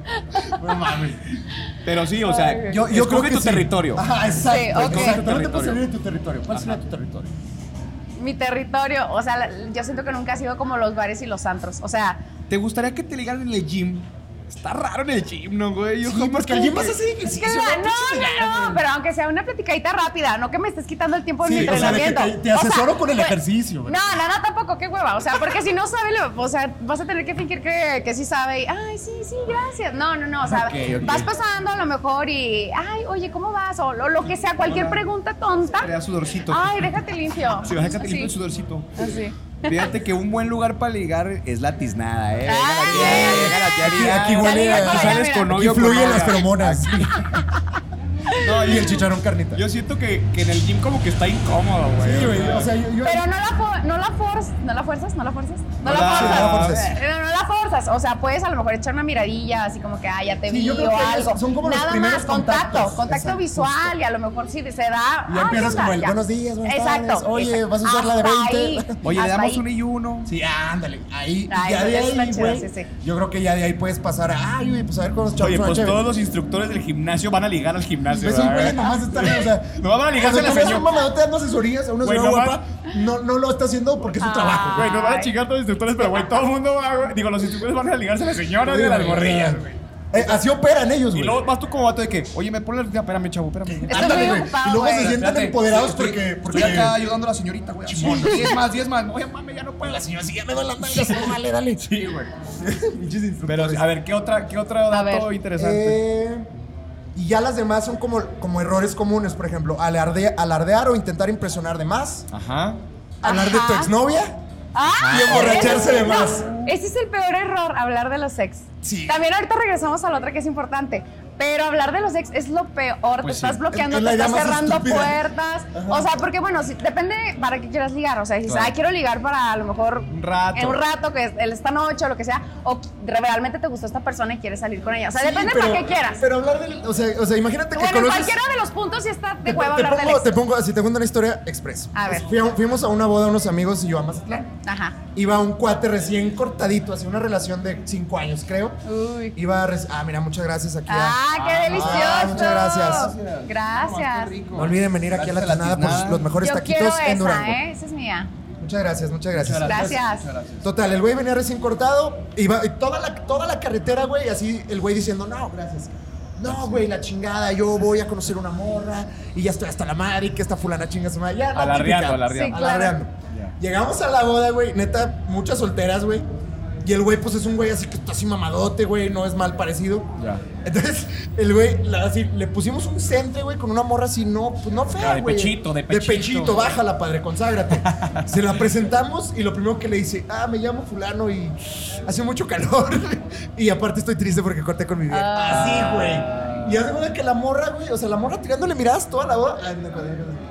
No mames.
Pero sí, o sea,
Ay,
yo,
creo que
tu
sí.
territorio.
Ajá, exacto.
Sí,
exacto. No
ok.
te
Territorio.
puedes salir de tu territorio. ¿Cuál sería tu territorio?
Mi territorio, o sea, la- yo siento que nunca ha sido como los bares y los antros. O sea,
¿Te gustaría que te ligaran en el gym? Está raro en el gym, ¿no, güey? Yo
Sí,
jamás
porque el
como
gym
que-
vas a hacer ejercicio.
Que la-
¿no?
no, no, no, pero aunque sea una platicadita rápida, no que me estés quitando el tiempo de mi
Sí, o sea, de que
entrenamiento.
te- te asesoro con el
güey,
ejercicio, güey.
No, nada, tampoco, qué hueva. O sea, porque si no sabe, le- o sea, vas a tener que fingir que, que sí sabe y, ay, sí, sí, gracias. No, no, no, o sea,
Ok, ok.
vas pasando a lo mejor y, ay, oye, ¿cómo vas? O lo, lo que sea, cualquier pregunta tonta.
Te da sudorcito.
Ay, déjate limpio.
Si vas a que te limpie el
Así,
sudorcito.
así.
Fíjate que un buen lugar para ligar es la tiznada, ¿eh?
Ay.
Aquí huele
Salida
a-
para
sales
allá,
con
mira.
novio.
Aquí fluyen
con
las
novia.
feromonas.
No,
y
yo-
el chicharrón carnita.
Yo siento que, que en el gym como que está incómodo, güey.
Sí, güey, o sea, yo- yo-
Pero no la, fo- no la forzas, no la fuerzas, no la fuerzas, no
No la-
la
sí, no la
forzas.
forzas.
No, no la forzas, o sea, puedes a lo mejor echar una miradilla así como que, ah, ya te
Sí,
vi
yo creo
o
que
algo.
son como los
Nada
primeros
más, contacto,
contactos.
contacto
Exacto,
visual
justo.
y a lo mejor si se
Y
da.
ya
ah,
empiezas
anda,
como el
ya.
buenos días, buenas
Exacto.
tardes, oye,
exacto.
¿vas a usar la de
Hasta
20?
ahí,
Oye, le
hasta
damos
ahí.
un y uno.
Sí, ándale. Ahí, y
Ay,
ya
eso
de
ya es una
ahí,
chida,
güey.
sí, sí.
Yo creo que ya de ahí puedes pasar a, ay, güey, pues a ver con los chavos.
Oye,
son
pues
chéveres".
todos los instructores del gimnasio van a ligar al gimnasio,
Ves un Pues güey
¿verdad?
nomás está, o sea,
No van a ligarse
cuando
la
tú ves
señora.
un mamadote dando asesorías a una
Güey,
señora
no
guapa, no, no lo está haciendo porque es su
Ah.
trabajo. güey.
Güey, nos van a
Ay.
chingar todos los instructores, pero güey, todo el mundo va, güey. Digo, los instructores van a ligarse a las señoras y a las morrillas, güey.
Eh, así operan ellos,
Y
güey.
luego vas tú como vato de que, oye, me pone la rutina, espérame, chavo, espérame.
Estoy
Ándale,
muy
güey.
ocupado,
Y luego se
güey.
sienten
Espérate,
empoderados
estoy-
porque.
estoy
porque
acá ayudando a la señorita, güey. así.
Chimonos.
10 más, 10 más. Oye, mami, ya no puedo. La señora sí ya me duele las nalgas. Dale, dale. Sí, güey.
Pinches
Pero,
instructores.
a ver, ¿qué, otra, qué otro dato
ver.
interesante?
Eh, y ya las demás son como, como errores comunes, por ejemplo, alarde- alardear o intentar impresionar de más,
Ajá.
hablar de tu
Ajá.
exnovia.
Ah,
Y emborracharse de
no,
más.
ese es el peor error, hablar de los ex.
Sí.
También ahorita regresamos a la otra que es importante. Pero hablar de los ex es lo peor.
Pues
te
sí.
estás bloqueando,
Es- es
te
la idea
estás
más
cerrando
estúpida.
puertas. O sea, porque bueno, si, depende para qué quieras ligar. O sea, dices,
Claro.
ay, quiero ligar para a lo mejor.
Un rato.
En un rato, que es el- esta noche o lo que sea. O qui- realmente te gustó esta persona y quieres salir con ella. O sea, depende
pero-
para qué quieras.
Pero hablar del. O sea, o sea imagínate que
bueno, en
conoces.
cualquiera de los puntos sí está de
Te,
hueva
te
hablar del
pongo,
ex.
te pongo, así te cuento una historia express.
A ver.
Fui a- fuimos a una boda unos amigos y yo a Mazatlán.
Ajá.
Iba un cuate recién cortadito, hacia una relación de cinco años, creo.
Uy.
Iba a rec- Ah, mira, muchas gracias aquí. a-
Ah, qué delicioso.
muchas gracias.
Gracias.
No olviden venir aquí a la tiznada por los mejores
Yo
taquitos
quiero
en
esa,
Durango.
¿eh? Esa es mía.
Muchas gracias, muchas gracias.
Gracias.
Total, el güey venía recién cortado iba- y toda la, toda la carretera, güey, así el güey diciendo, no, gracias. No, güey, la chingada, yo voy a conocer una morra y ya estoy hasta la madre y que esta fulana chinga su madre. Ya, la
Alardeando,
típica.
alardeando.
Sí, claro.
Alardeando. Llegamos a la boda, güey, neta, muchas solteras, güey. Y el güey, pues es un güey así que está así mamadote, güey, no es mal parecido.
Ya.
Entonces, el güey, la- así, le pusimos un centre, güey, con una morra así, no, pues no
Ya,
fea,
de
güey.
pechito, de
De
pechito,
pechito, bájala, padre, conságrate. Se la presentamos y lo primero que le dice, ah, me llamo fulano y hace mucho calor. y aparte estoy triste porque corté con mi vieja. Así, güey. Y hace cuenta que la morra, güey, o sea, la morra tirándole miradas toda la boda. Ay, no, no, no, no.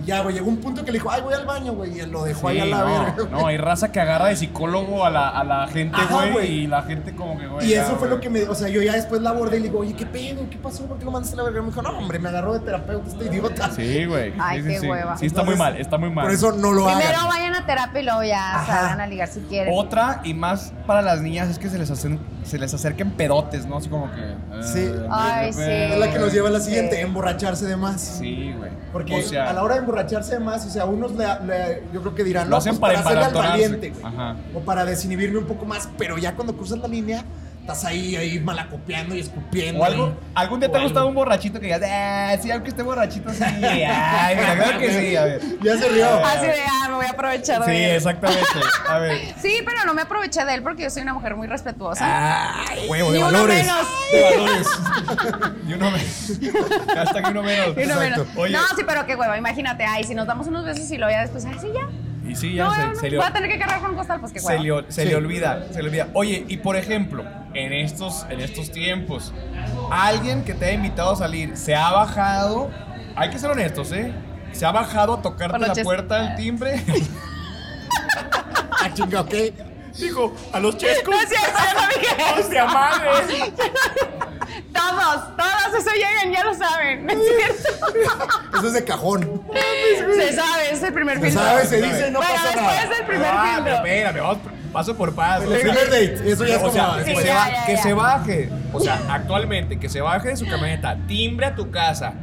Y ya, güey, llegó un punto que le dijo, ay, voy al baño, güey, y lo dejó ahí a la verga.
no,
güey.
no, hay raza que agarra de psicólogo a la, a la gente,
Ajá,
güey,
güey.
y la gente como que, güey.
Y
ya,
eso fue
güey.
lo que me. O sea, yo ya después la abordé y le digo, oye, ¿qué pedo? ¿Qué pasó? ¿Por qué lo mandaste a la verga? Me dijo, no, hombre, me agarró de terapeuta este idiota.
Sí, güey.
Ay,
sí, sí,
qué
sí.
hueva.
Sí, está muy
Entonces,
mal, está muy mal.
Por eso no lo
Primero
hagan.
vayan a terapia y luego ya salgan a ligar si quieren.
Otra y más para las niñas es que se les hacen, se les acerquen pedotes, ¿no? Así como que. eh,
Sí.
Ay, sí.
Es la que nos lleva a la
Sí.
siguiente, emborracharse de más.
Sí, güey.
Porque
O sea,
a la hora de emborracharse de más, o sea, unos le, le- yo creo que dirán,
Lo
no,
hacen
pues,
para
hacerle al
embarantonarse.
valiente, güey.
Ajá.
O para desinhibirme un poco más, pero ya cuando cruzas la línea, estás ahí, ahí malacopiando y escupiendo.
O algo,
y-
algún día te
o
ha gustado
algo.
un borrachito que digas, ah, sí, aunque esté borrachito, sí. Ay, mira, claro que sí, a ver.
Ya se rió.
Así de, ah, me voy a aprovechar
Sí,
de él.
exactamente. A ver.
Sí, pero no me aproveché de él porque yo soy una mujer muy
Ah,
respetuosa.
Ay, huevo, de
Ni uno
valores.
menos.
De valores.
Y uno menos. Hasta que uno menos.
Y uno menos.
Oye.
No, sí, pero qué hueva, imagínate, ay, si nos damos unos besos y lo ya después, ay, sí, ya.
Y sí, ya
No,
se,
no,
se
no,
le-
voy a tener que cargar con costal, pues qué
se le,
hueva.
ol- se le olvida, se le olvida. Oye, y por ejemplo, en estos, en estos tiempos, alguien que te ha invitado a salir se ha bajado, hay que ser honestos, ¿eh? Se ha bajado a tocarte
Buenas
la
noches.
puerta del timbre.
Ah, chinga, ok.
Digo, a los chescos.
No es cierto, no dije
¡Hostia madre!
eso. Todos, todos, eso llegan, ya lo saben, ¿no es cierto?
Eso es de cajón.
Se sabe, es el primer
Se
filtro.
sabe, se dice, no
bueno,
pasa
después
nada.
del primer
Ah, pero
filtro.
espérame, vamos por- paso por paso.
El primer date, eso ya es
o sea,
como-
que,
Sí,
se
ya,
ba-
ya,
que
ya.
se baje. O sea, actualmente, que se baje de su camioneta, timbre a tu casa.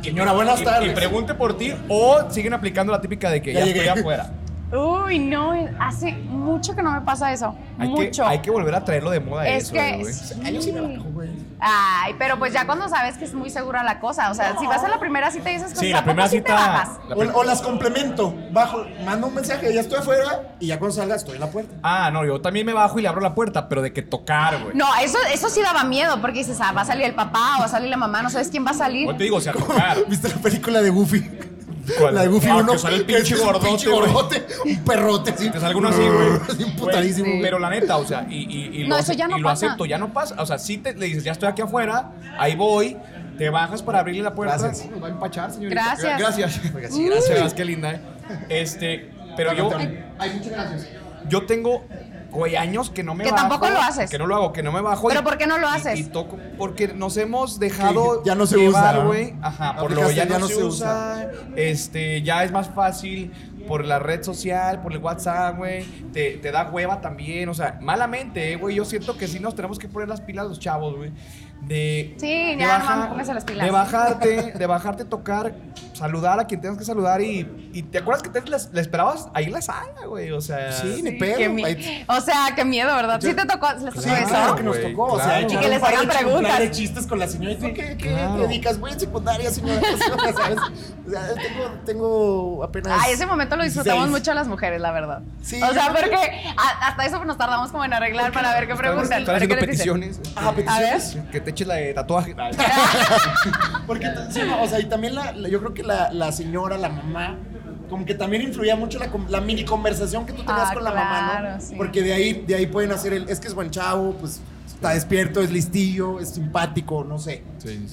y-
Señora, buenas
y-
tardes.
Y pregunte por ti o siguen aplicando la típica de que
Ya
ya,
llegué.
estoy afuera.
Uy, no, hace mucho que no me pasa eso.
Hay,
mucho.
Que, hay que volver a traerlo de moda
Es
eso,
que.
güey.
sí.
Ay, yo sí me bajo, güey.
Ay, pero pues ya cuando sabes que es muy segura la cosa. O sea, si vas a la primera cita y esas cosas,
Sí, la
¿a poco
primera
sí te bajas?
cita. la
O,
prim-
o las complemento. Bajo, mando un mensaje, ya estoy afuera y ya cuando salga estoy en la puerta.
Ah, no, yo también me bajo y le abro la puerta, pero de que tocar, güey.
No, eso, eso sí daba miedo, porque dices, ah, va a salir el papá o va a salir la mamá, no sabes quién va a salir.
O te digo, o sea, tocar.
¿Viste la película de Goofy?
¿Cuál?
La de Goofy
Ah,
1.
que sale el pinche gordote, güey.
gordote, un perrote. sí.
Te salga uno así, güey.
Así,
Güey,
putadísimo.
Pero la neta, o sea, y, y, y
No,
lo,
eso ya no
y lo
pasa.
acepto, ya no pasa. O sea, si te, le dices, ya estoy aquí afuera, ahí voy, te bajas para abrirle la puerta.
Gracias.
Nos va a empachar, señorita.
Gracias.
Gracias.
Oiga, sí,
Gracias, qué linda, ¿eh? Este, pero yo,
Ay, muchas gracias.
yo tengo, güey, años que no me
Que
bajo.
tampoco lo haces.
Que no lo hago, que no me bajo.
¿Pero
y-
por qué no lo
y-
haces?
y toco- porque nos hemos dejado
Que ya no se
llevar,
usa, ¿no?
güey. Ajá, por lo
Aplicaste,
ya, no se, usa. Este, ya es más fácil por la red social, por el WhatsApp, güey. Te, te da hueva también, o sea, malamente, eh, güey. Yo siento que sí nos tenemos que poner las pilas los chavos, güey. De,
Sí,
de
ya, no, pónganse las pilas.
De bajarte, de bajarte, tocar, saludar a quien tengas que saludar y, y te acuerdas que te la, la esperabas ahí en la sala, güey. O sea,
Sí, ni
Qué
pedo.
mi-
Ahí-
O sea, qué miedo, ¿verdad? Sí te tocó, les tocó
Claro,
eso.
que nos
güey,
tocó. O sea,
Ah, claro.
echar
Y que
un
les
par de
hagan
chin- un par
preguntas.
de chistes con la señora. ¿Y tú qué, qué
Claro.
te dedicas? Voy en secundaria, señora. ¿sabes? O sea, tengo, tengo apenas.
Ay, ese momento lo disfrutamos
16.
mucho las mujeres, la verdad.
Pues, Sí.
o sea, porque a- hasta eso nos tardamos como en arreglar para ver qué preguntan.
están
pero ¿qué
haciendo
les dicen?
peticiones.
Ah,
A ver.
peticiones.
Que te eches la de tatuaje. Ay.
Porque, t- sí, no, o sea, y también la, la- yo creo que la, la señora, la mamá, como que también influía mucho la, com- la mini conversación que tú tenías
Ah,
con la mamá,
claro,
¿no?
sí.
Porque de ahí, de ahí pueden hacer el, es que es buen chavo, pues está despierto, es listillo, es simpático, no sé.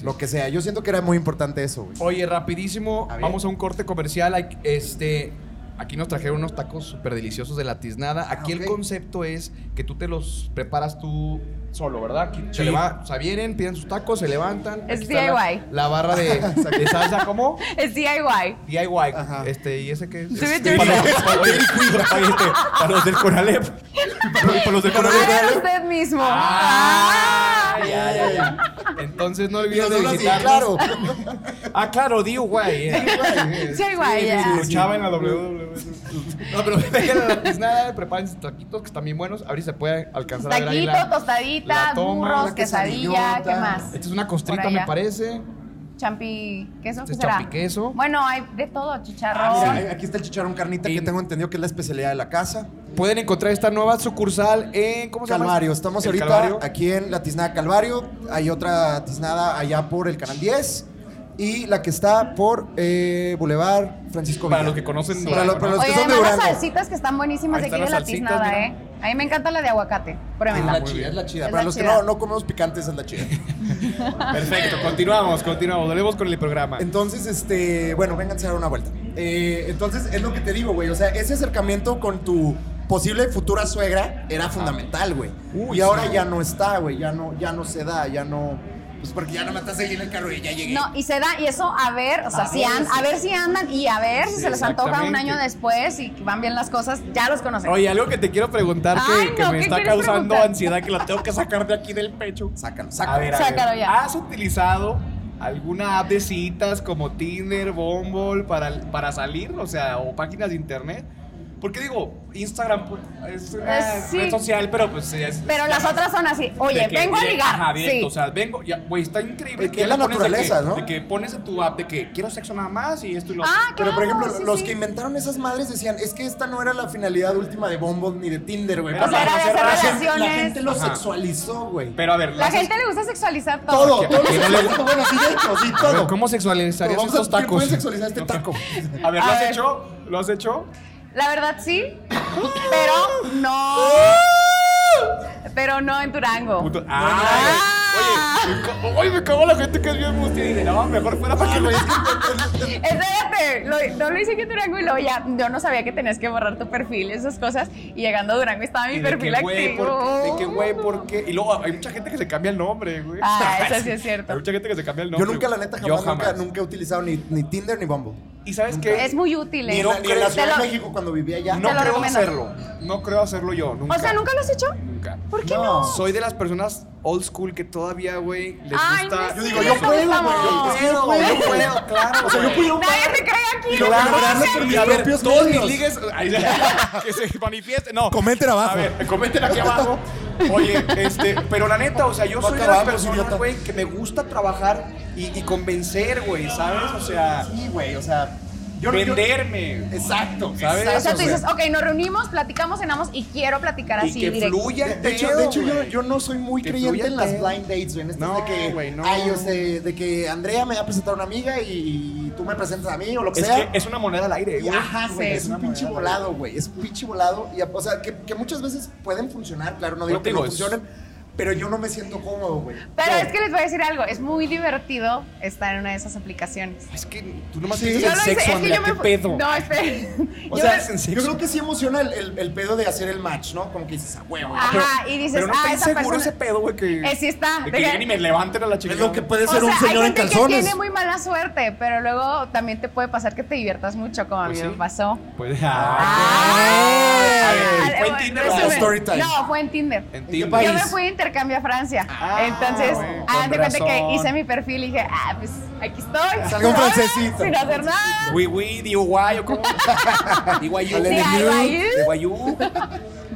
Lo que sea. Yo siento que era muy importante eso, güey.
Oye, rapidísimo,
A ver.
vamos a un corte comercial. Ay, Este, aquí nos trajeron unos tacos súper deliciosos de la tiznada. Aquí el
Ah, ok.
concepto es que tú te los preparas tú solo, ¿verdad? Aquí se
Sí.
le va, o sea, vienen, piden sus tacos, se levantan.
Es
aquí está la-
DIY.
La, barra de, de salsa, ¿cómo?
Es DIY.
DIY.
Ajá.
Este, ¿y ese qué es?
Do it
Este, para,
yourself.
para- oye, oye, este, para los del Conalep. Para, para los del Conalep.
Hagan usted mismo.
Ah,
Ah.
ya, ya, ya. Entonces no
Y
olvides de
nosotros así,
visitarnos.
claro.
Ah, claro, digo, güey. eh.
Sí, güey, ya.
Luchaba en la E. WWE. No, pero vengan a la tiznada, preparen sus taquitos que están bien buenos. Ahorita se puede alcanzar a ver ahí
Taquito,
la-
tostadita,
la toma,
burros,
la
quesadilla, ¿qué
quesadillota.
más?
Esta es una
Por
costrita,
allá.
me parece.
Champi queso,
Este
¿qué
es
será?
champiqueso.
Bueno, hay de todo,
Ah,
chicharrón.
mira, ahí- aquí está el chicharrón carnita
Y-
que tengo entendido que es la especialidad de la casa.
Pueden encontrar esta nueva sucursal en. ¿Cómo se llama?
Calvario, estamos
El
ahorita
Calvario.
aquí en la tiznada Calvario. Hay otra tiznada allá por el canal 10 y la que está por eh, Boulevard Francisco
Para
Villa.
los que conocen
Sí.
Durango,
Para, lo- para
¿no?
los
Oye,
que son de
además las
Durango.
salsitas que están buenísimas
Ahí
de aquí
están
de la
las salsitas,
tiznada,
mira.
¿eh?
Ah,
A mí me encanta la de aguacate.
Es
Pruébenla.
la chida, es la chida.
Es
Para
la
los que
chida.
no, no comemos picantes, es la chida.
Perfecto, continuamos, continuamos. Volvemos con el programa.
Entonces, este, bueno, vénganse a dar una vuelta. Eh, entonces, es lo que te digo, güey. O sea, ese acercamiento con tu posible futura suegra era fundamental, güey.
Uy,
y ahora
sí.
ya no está, güey. Ya no, ya no se da, ya no. Pues porque ya no me estás ahí en el carro y ya llegué.
No, y se da, y eso a ver, o sea,
A
si
ver,
an-
sí.
a ver si andan y a ver si
Sí,
se les antoja un
exactamente.
año después y que van bien las cosas, ya los conocen.
Oye, algo que te quiero preguntar que,
Ay,
que
no,
me
¿qué
está
quieres
causando
preguntar?
ansiedad, que la tengo que sacar de aquí del pecho.
Sácalo, sácalo.
A ver, a
Sácalo
ver.
ya.
¿Has utilizado alguna app de citas como Tinder, Bumble para, para salir? O sea, o páginas de internet. Porque digo, Instagram pues, es una
Eh, sí.
red social, pero pues sí, es.
Pero
es-
las otras son así,
de
oye,
que
vengo a
directo, ajá,
ligar.
directo,
Sí.
O sea, vengo, ya, güey, está increíble.
Es que es
ya
la
pones de que-
naturaleza, ¿no?
De que pones en tu app de que quiero sexo nada más y esto y lo otro.
Ah, claro.
Pero por ejemplo,
sí,
los
sí.
que inventaron esas madres decían, es que esta no era la finalidad última de Bumble ni de Tinder, güey.
O
Pero
sea,
la-
era
la
de
hacer
gente- La
relaciones.
gente lo
Ajá.
sexualizó, güey.
Pero a ver,
La
las-
gente le gusta sexualizar todo.
Todo,
que-
todo lo
que no le-
sexualizó, bueno, sí, de hecho, sí,
a ver,
todo.
¿cómo sexualizarías
Vamos
estos
a ¿quién
tacos?
puede sexualizar este taco?
A ver, ¿lo
A
has
ver.
hecho? ¿Lo has hecho?
La verdad sí, pero no. Pero no en Durango.
Puto- Ah,
Ah.
Oye, me ca- oye, me cago en la gente que es bien mustia y dice, no, mejor fuera para que lo
Espérate, lo- no lo hice aquí en Durango y luego ya, yo no sabía que tenías que borrar tu perfil, esas cosas. Y llegando a Durango estaba mi
Y de
perfil
que, güey,
activo.
¿por qué? De que, güey, ¿por qué? Y luego hay mucha gente que se cambia el nombre, güey.
Ah, eso sí es cierto.
Hay mucha gente que se cambia el
Yo
nombre.
nunca, la neta,
Yo
jamás, nunca, nunca he utilizado ni, ni Tinder ni Bumble.
¿Y sabes qué?
Es muy útil. ¿eh?
Ni, en la- ni en la
Te
Ciudad
lo-
de México cuando vivía allá.
no
te lo
creo
recomiendo.
hacerlo. No creo hacerlo yo, nunca.
O sea, ¿nunca lo has hecho?
Nunca.
¿Por qué
No.
no?
Soy de las personas old school que todavía, güey, les
Ay,
gusta...
no
Yo
es
digo, yo
Sí,
puedo, güey.
estamos.
Es que yo puedo, yo puedo, claro. O sea, yo puedo
Nadie te cree aquí.
Lo
no te
lograrlo
conoces.
por
Y a
mis
ver,
propios
todos mis
medios.
ligues ay, ya, que se manifiesten. No.
Comenten abajo.
A ver, comenten aquí abajo. Oye, este, pero la neta, o sea, yo
No
soy de las
acabamos,
personas,
pues, idiota.
güey, que me gusta trabajar y, y convencer, güey, ¿sabes? O sea,
Sí, güey, o sea... yo- yo-
venderme.
Exacto,
¿Sabes?
exacto,
O sea, tú
güey.
dices, ok, nos reunimos, platicamos, cenamos y quiero platicar
Y
así
que
directo.
fluya el
De hecho,
pedo,
de hecho yo,
güey.
yo no soy muy
Que
creyente
fluya el
en las
pedo.
blind dates, güey. En estas
No,
de que,
güey, no.
ay, o sea, de que Andrea me va a presentar a una amiga y tú me presentas a mí o lo que
Es
sea.
que es una moneda al aire,
Y
güey.
ajá, güey,
Sí.
es un pinche volado, güey. Es un pinche volado. Y, o sea, que, que muchas veces pueden funcionar, claro, no digo
Pero te
que no
digo, es-
funcionen, pero yo no me siento cómodo, güey.
Pero
Yo-
es que les voy a decir algo, es muy divertido estar en una de esas aplicaciones.
Es que tú nomás
Sí.
tienes
Yo
el
lo hice,
sexo, Andrea, qué
fu-
pedo.
No, espera.
O
Yo
sea,
me-
yo creo que sí emociona el, el- el pedo de hacer el match, ¿no? Como que dices, ah, güey, güey.
Ajá, y dices,
pero no
ah,
está
esa
seguro
persona...
ese pedo, güey, que...
Eh, sí está. de
de que lleguen y me levanten a la chica.
Es lo que puede
o
ser un
sea,
señor
hay
en
gente que
calzones.
tiene muy mala suerte, pero luego también te puede pasar que te diviertas mucho, como
Pues
a mí me
sí.
pasó.
Pues,
Ah,
Ah,
A ver,
ah,
¿fue en
bueno,
Tinder o
resumen.
story time?
No, fue en Tinder.
En
qué
Tinder.
país?
Yo me fui de intercambio a Francia.
Ah,
Entonces,
bueno,
haz
con
de cuenta
razón.
que hice mi perfil y dije, ah, pues aquí estoy.
Salga un
sola,
francesito.
Sin hacer nada.
Oui, oui, di guay, o cómo. Di guayú.
Sí, ay, guayú.
Di guayú.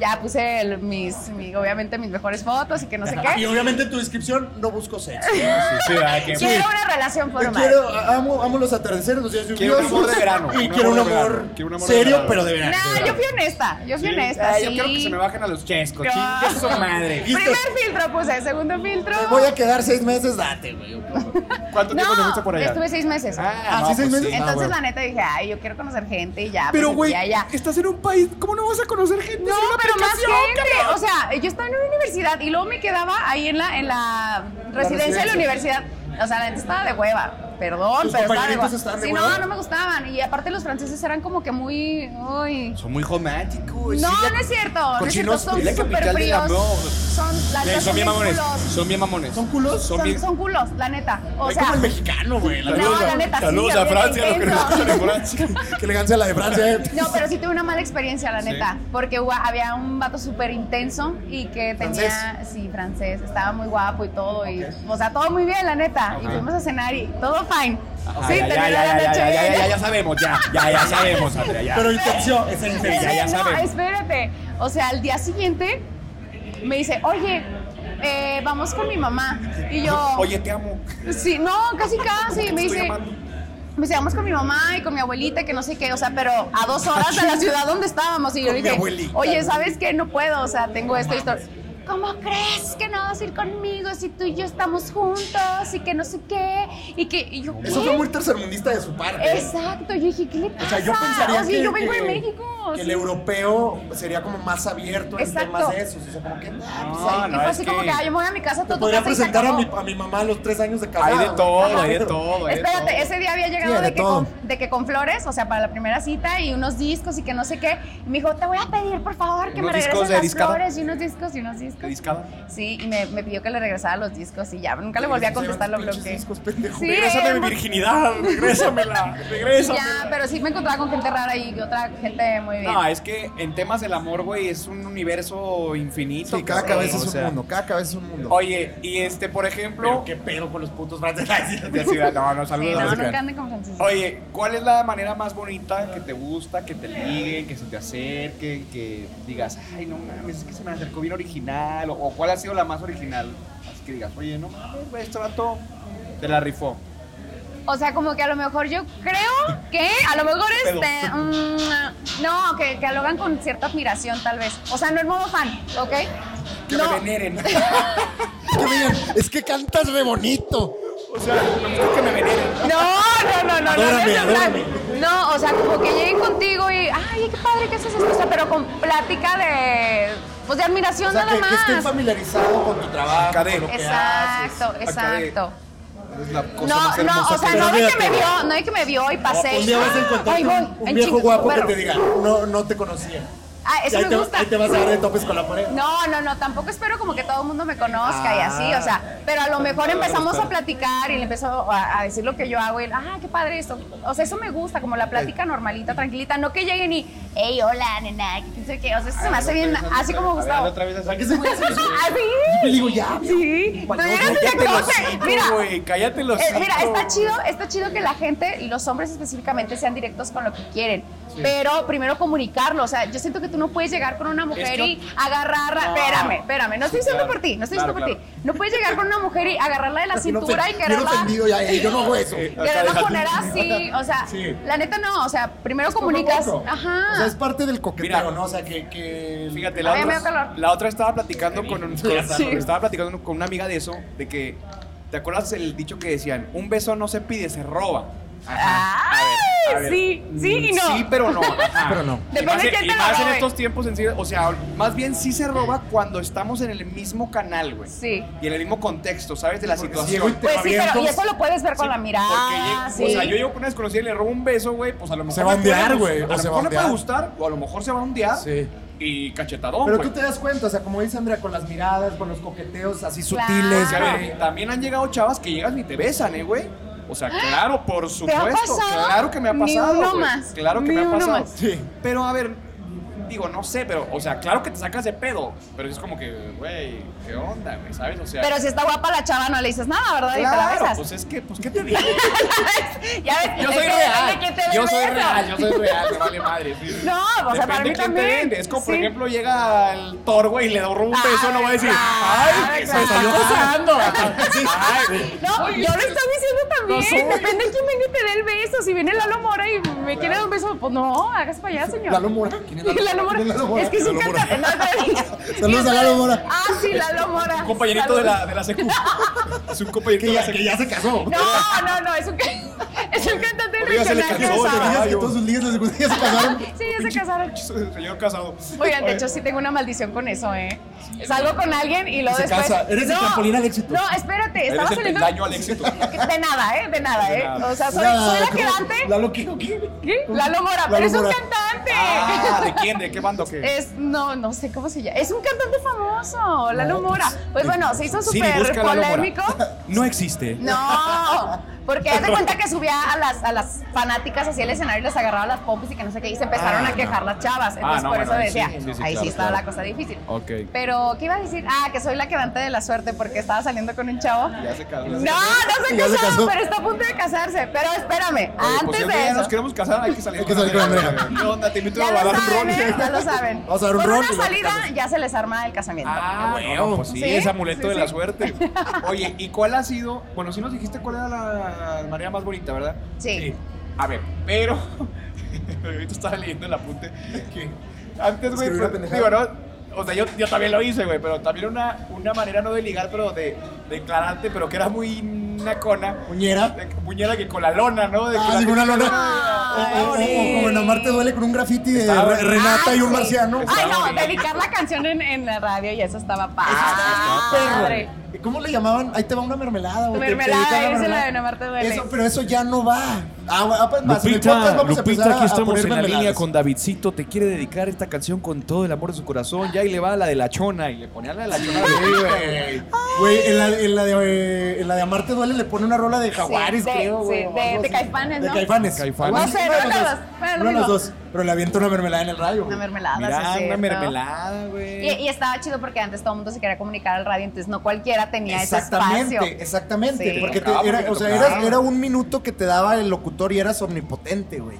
Ya puse el- mis, mi- obviamente mis mejores fotos y que no sé
Y
qué.
obviamente en tu descripción no busco sexo.
Sí,
ah,
ay, qué
Quiero una relación
Yo
formal.
quiero, amo, amo los atardeceres, los días
Quiero un
lluviosos.
amor de verano.
Y
Un
quiero un
amor de
amor,
verano. Quiero un amor de
serio,
verano.
pero de verano.
No, yo fui honesta. Yo fui honesta.
Ah,
Ay,
sí.
Ah, Yo quiero que se me bajen a los chescos.
No.
Chingue su madre.
Primer filtro puse, segundo filtro.
Me Voy a quedar seis meses, date, güey.
¿Cuánto tiempo te
No,
fuiste por allá?
estuve seis meses.
Ah,
no, pues sí.
Entonces,
Ah, bueno.
la neta dije, ay, yo quiero conocer gente y ya.
Pero,
pues,
güey,
ya, ya.
estás en un país. ¿Cómo no vas a conocer gente?
No,
Es una
pero más
aplicación,
gente.
cabrón.
O sea, yo estaba en una universidad y luego me quedaba ahí en la, en la residencia de la universidad. O sea, la gente estaba de hueva. Perdón,
¿Tus
pero estaba de
compañeritos
hueva.
estaban de
sí,
hueva?
no, no me gustaban. Y aparte los franceses eran como que muy... uy.
Son muy románticos.
No, no es cierto. No es cierto.
Pues cochinos,
Son
es la
súper
capital del
fríos.
amor.
Son Las
Sí,
dos
son bien mamones.
culos.
Son bien mamones.
¿Son culos?
Son
Son,
bien.
son culos, la neta. O
Es como
sea,
el mexicano, güey. la
No,
neta.
la neta, sí,
Saludos a
bien
Francia, los que nos
intenso.
escuchan en Francia.
Qué elegancia la de Francia, eh.
No, pero sí tuve una mala experiencia, la neta. Porque hubo- había un vato súper intenso y que tenía. Sí, francés. Estaba muy guapo y todo. Y, o sea, todo muy bien, la neta. Y fuimos a cenar y todo fine. sí,
ya, ya,
terminó
ya,
la
ya,
noche
ya, ya,
bien.
ya, ya sabemos, ya, ya, ya sabemos, Andrea, ya.
Pero intención. Es
Espérate,
intención.
ya
no,
saben.
espérate. O sea, al día siguiente me dice, oye, eh, vamos con mi mamá. Y yo.
Oye, te amo.
Sí, no, casi casi. Me
estoy
dice,
llamando.
me dice, vamos con mi mamá y con mi abuelita, que no sé qué, o sea, pero a dos horas de la ciudad donde estábamos. Y yo le dije, oye, ¿sabes qué? No puedo, o sea, tengo esto y esto. ¿Cómo crees que no vas a ir conmigo si tú y yo estamos juntos y que no sé qué? Y que y yo,
Eso
¿qué?
fue muy tercermundista de su parte.
Exacto, yo dije, ¿qué le pasa?
O sea, yo pensaría
O sea,
que,
yo vengo
que-
de México.
que
sí.
el europeo sería como más abierto en
Exacto.
temas de esos. O sea, como que. nah, pues,
Sí,
No,
y
no,
fue
es
así como que, ah, yo
que
me voy a mi casa, tú
te
a tu
podría
casa y se
presentar a mi,
acabó.
a mi mamá a los tres años de casado.
hay de todo,
Ajá.
hay de todo, hay de todo.
Espérate, ese día había llegado
Sí,
de,
de
que
todo.
con, de que con flores, o sea, para la primera cita y unos discos y que no sé qué. Y me dijo, te voy a pedir, por favor, que me
Unos discos
regreses
de
las
discada.
flores y unos discos y unos discos.
discada.
Sí, y me, me pidió que le regresara los discos y ya, nunca le volví a contestar, lo bloqueé. Sí,
Regrésame
era
mi
muy-
virginidad, regrésamela,
y
regrésame.
ya, pero sí me encontraba con gente rara y otra gente muy bien.
No, es que en temas del amor, güey, es un universo infinito.
Sí, cada
cabrón,
cabeza
o
es un
sea.
mundo, cada cabeza es un mundo.
Oye, y este, por ejemplo.
Pero qué pedo con los putos franceses.
Ya sí, No, no,
sí,
saludos.
no,
no
nunca
se crean.
anden con Francisco.
Oye, ¿cuál es la manera más bonita que te gusta, que te liguen, que se te acerque, que digas, ay, no mames, es que se me acercó bien original? O, o cuál ha sido la más original? Así que digas, oye, no mames, güey, este vato te la rifó.
O sea, como que a lo mejor yo creo que a lo mejor este. mm, no, que, que lo hagan con cierta admiración, tal vez. O sea, no en modo fan, ¿ok?
Que
no,
me veneren.
Que me digan, es que cantas re bonito.
o sea, que me veneren.
No, no, no, no,
Adórame,
no, no, no,
adórame.
no, o sea, como que lleguen contigo y, ay, qué padre que haces esto, o sea, pero con plática de, pues de admiración
O sea, que,
nada
que estén
más.
familiarizados con tu trabajo.
Acá de-
con lo que
exacto,
haces.
exacto.
Es la cosa
No,
más hermosa
no, o sea,
que-
no
Pero
de que me
fíjate.
vio, no de que me vio y pasé.
Un día vas a
Ay,
encontrar
voy,
un, un
en
viejo
chinga,
guapo que
perro.
te diga, no, no te conocía.
Ah,
Y
eso
ahí,
me
te,
gusta.
ahí te vas a dar de topes con la pared.
No, no, no, tampoco espero como que todo el mundo me conozca y así, o sea, pero a lo mejor empezamos a platicar y le empezó a, a decir lo que yo hago y, ah, qué padre esto. O sea, eso me gusta, como la plática normalita, tranquilita, no que lleguen y, hey, hola, nena, que quién sabe qué, o sea, eso se me hace bien, así como
A ver,
Gustavo.
otra vez así.
Así.
Yo digo, ya.
Sí. No, llegas y te
Cállate los
conoces. Mira,
cinco, güey, cállate los
eh, mira,
cinco.
está chido, está chido que la gente, y los hombres específicamente, sean directos con lo que quieren. Pero primero comunicarlo. O sea, yo siento que tú no puedes llegar con una mujer y agarrarla. Espérame, espérame. No estoy diciendo por ti, no estoy diciendo por ti. No puedes llegar con una mujer y agarrarla de la
Bien ofen-
cintura y
bien
quererla.
ofendido ya, eh, yo no hago eso.
Que la vas a poner así, o sea,
Sí.
la neta no, o sea, primero
Poco a
comunicas,
poco.
ajá.
O sea, es parte del coqueteo,
Mira.
¿no? O sea, que. que
Fíjate,
A
la
mí me dio
otra,
calor.
la otra estaba platicando con, un- con-
Sí.
estaba platicando con una amiga de eso, de que, ¿te acuerdas el dicho que decían? Un beso no se pide, se roba.
Ay,
A ver,
sí, sí y
mm,
no.
Sí, pero no. ajá.
Pero no.
Y más,
Depende de
en-
quién
y
te la
más en
robe.
estos tiempos en sí, o sea, más bien sí se roba cuando estamos en el mismo canal, güey.
Sí.
Y en el mismo contexto, ¿sabes? De la
ciego y
situación.
te-
Pues sí, pero y
avientas.
eso lo puedes ver con la
Porque
mirada.
llega-
Ah, sí.
O sea, yo llego con una desconocida y le robo un beso, güey, pues a lo mejor.
Se va a
me puede
ondear,
gustar,
güey,
A
o
lo
se va
mejor
a
le puede
ondear.
gustar, o a lo mejor se va a ondear.
Sí.
Y cachetadón,
Pero
güey.
tú te das cuenta, o sea, como dice Andrea, con las miradas, con los coqueteos así
Claro.
sutiles.
Que, a ver, también han llegado chavas que llegas ni te besan, ¿eh, güey? O sea, claro, por
ha
supuesto.
pasado?
Claro que me ha
Ni
pasado.
uno
güey.
más,
Claro que
ni
me ha
uno
pasado.
más.
Sí. Pero a ver, digo, no sé, pero, o sea, claro que te sacas de pedo. Pero es como que, güey, ¿qué onda, güey? ¿Sabes? O sea.
Pero si está guapa la chava, no le dices nada, ¿verdad? y te la
Claro,
besas.
pues es que, pues, ¿qué te digo?
ya ves,
Yo
es
soy
que
real.
depende de quién te
Yo
des
soy
beso.
real, yo soy real, me vale madre. sí.
No, o sea, para
Depende
mí
quién te
también.
den. Es como, por
Sí.
ejemplo, llega el Thor, güey, y le da un
Ah,
beso, no va a decir,
claro,
¡ay!
claro.
¡Me salió besando! Ay,
No, yo lo estoy diciendo también. Depende de quién venga y te dé el beso. Si viene Lalo Mora y me quiere dar un beso, pues no, hágase para allá, señor.
Lalo Mora. ¿Quién es Lalo Mora?
Lalo Mora.
¿Quién es Lalo Mora?
Es que sí
Lalo
canta. no, espera.
Saludos a Lalo Mora.
Ah, sí, Lalo Mora.
Un compañerito de
Saludos.
la, de la secu. Es un compañerito
Que
de la
ya,
secu.
que ya se casó.
No, no, no, es un, ca- es un cantante de
se le
personaje
cansó,
usaba.
Digas que todas sus ligas de secundaria se casaron.
Sí, ya se casaron.
Señor casado.
Oigan, de hecho sí tengo una maldición con eso, ¿eh? Salgo con alguien y luego
se
después...
casa. Eres el trampolín al éxito.
No, espérate,
Eres
estaba
el
saliendo...
peldaño al éxito.
De nada, ¿eh? De nada, ¿eh?
nada.
O sea, soy,
Nada,
soy la
¿cómo?
quedante...
Lalo Kiko, ¿qué?
¿Qué? Lalo Mora,
Lalo
pero es un
Mora.
cantante.
Ah, ¿de quién? ¿De qué bando? ¿Qué?
Es, no, no sé cómo se llama. Es un cantante famoso, Lalo Mora. Pues bueno, se hizo
Siri,
súper
busca a Lalo Mora.
polémico.
No existe.
No, porque haz de cuenta que subía a las, a las fanáticas hacia el escenario y les agarraba las pompis y que no sé qué, y se empezaron
Ah,
a quejar las chavas. Entonces,
no,
por eso
bueno, ahí sí,
decía,
sí, sí,
ahí sí
claro,
estaba
claro.
la cosa difícil.
Ok.
Pero, ¿qué iba a decir? Ah, que soy la quedante de la suerte porque estaba saliendo con un chavo.
Ya se casó.
No, no se
Ya se
casó,
casó.
pero está a punto de casarse. Pero espérame,
Oye, pues,
antes
si un
de
día
eso.
nos queremos casar, hay que salir
Hay que salir con Andrea.
¿Qué onda? Te invito
Ya
a
lo
balar un
saben,
ron.
¿eh? Ya lo saben.
Vamos a dar un
Con
ron y
una
luego
salida ya se les arma el casamiento.
Ah, bueno, pues sí,
¿Sí?
es amuleto
Sí,
de
sí.
la suerte.
Oye, ¿y cuál ha sido? Bueno, si nos dijiste cuál era la manera más bonita, ¿verdad?
Sí.
A ver, pero. Ahorita estaba leyendo el apunte que antes, güey.
Escribí
pero-
una pendejada.
digo, ¿no? O sea, yo, yo también lo hice, güey, pero también una, una manera no de ligar, pero de de declarante, pero que era muy nacona.
Muñera.
De- Muñera que con la lona, ¿no? De que
Ah,
la
sí,
gente-
una lona.
Ay,
O- o- o- o como en Amarte duele con un graffiti de
Está
Re-
bueno.
Renata
Ay,
y un
sí.
marciano.
Ay, no, dedicar la canción en, en la radio y eso estaba Ah, padre.
Perro. ¿Cómo le llamaban? Ahí te va una mermelada. o te- te
Mermelada,
dedican la
esa es la de No Amarte duele.
Eso, pero eso ya no va. Ah, va- ah, pues, más, en el podcast
Lupita,
vamos a empezar
Lupita,
a-
aquí
a
estamos
poner
en la
mermeladas.
línea con Davidcito. Te quiere dedicar esta canción con todo el amor de su corazón. Ya y le va a la de la chona y le ponía la de la chona.
Güey, en la, en, la de, eh, en la de Amarte duele le pone una rola de jaguares,
de-
creo,
sí,
güey.
de-
o algo
de
así.
Caifanes,
De
¿no?
caifanes.
Caifanes.
Algo así,
No sé,
uno de los
no,
dos.
no, bueno, lo
Uno de los
mismo.
dos. Pero le avienta una mermelada en el rayo.
Una
güey.
mermelada, Ah, sí es
Mira, una
cierto.
mermelada,
Y,
güey.
y estaba chido porque antes todo el mundo se quería comunicar al radio, entonces no cualquiera tenía ese
Exactamente,
espacio.
exactamente.
Sí.
Porque, te-
Tocaba,
era,
porque
o sea,
tocaba.
eras- era un minuto que te daba el locutor y eras omnipotente, güey.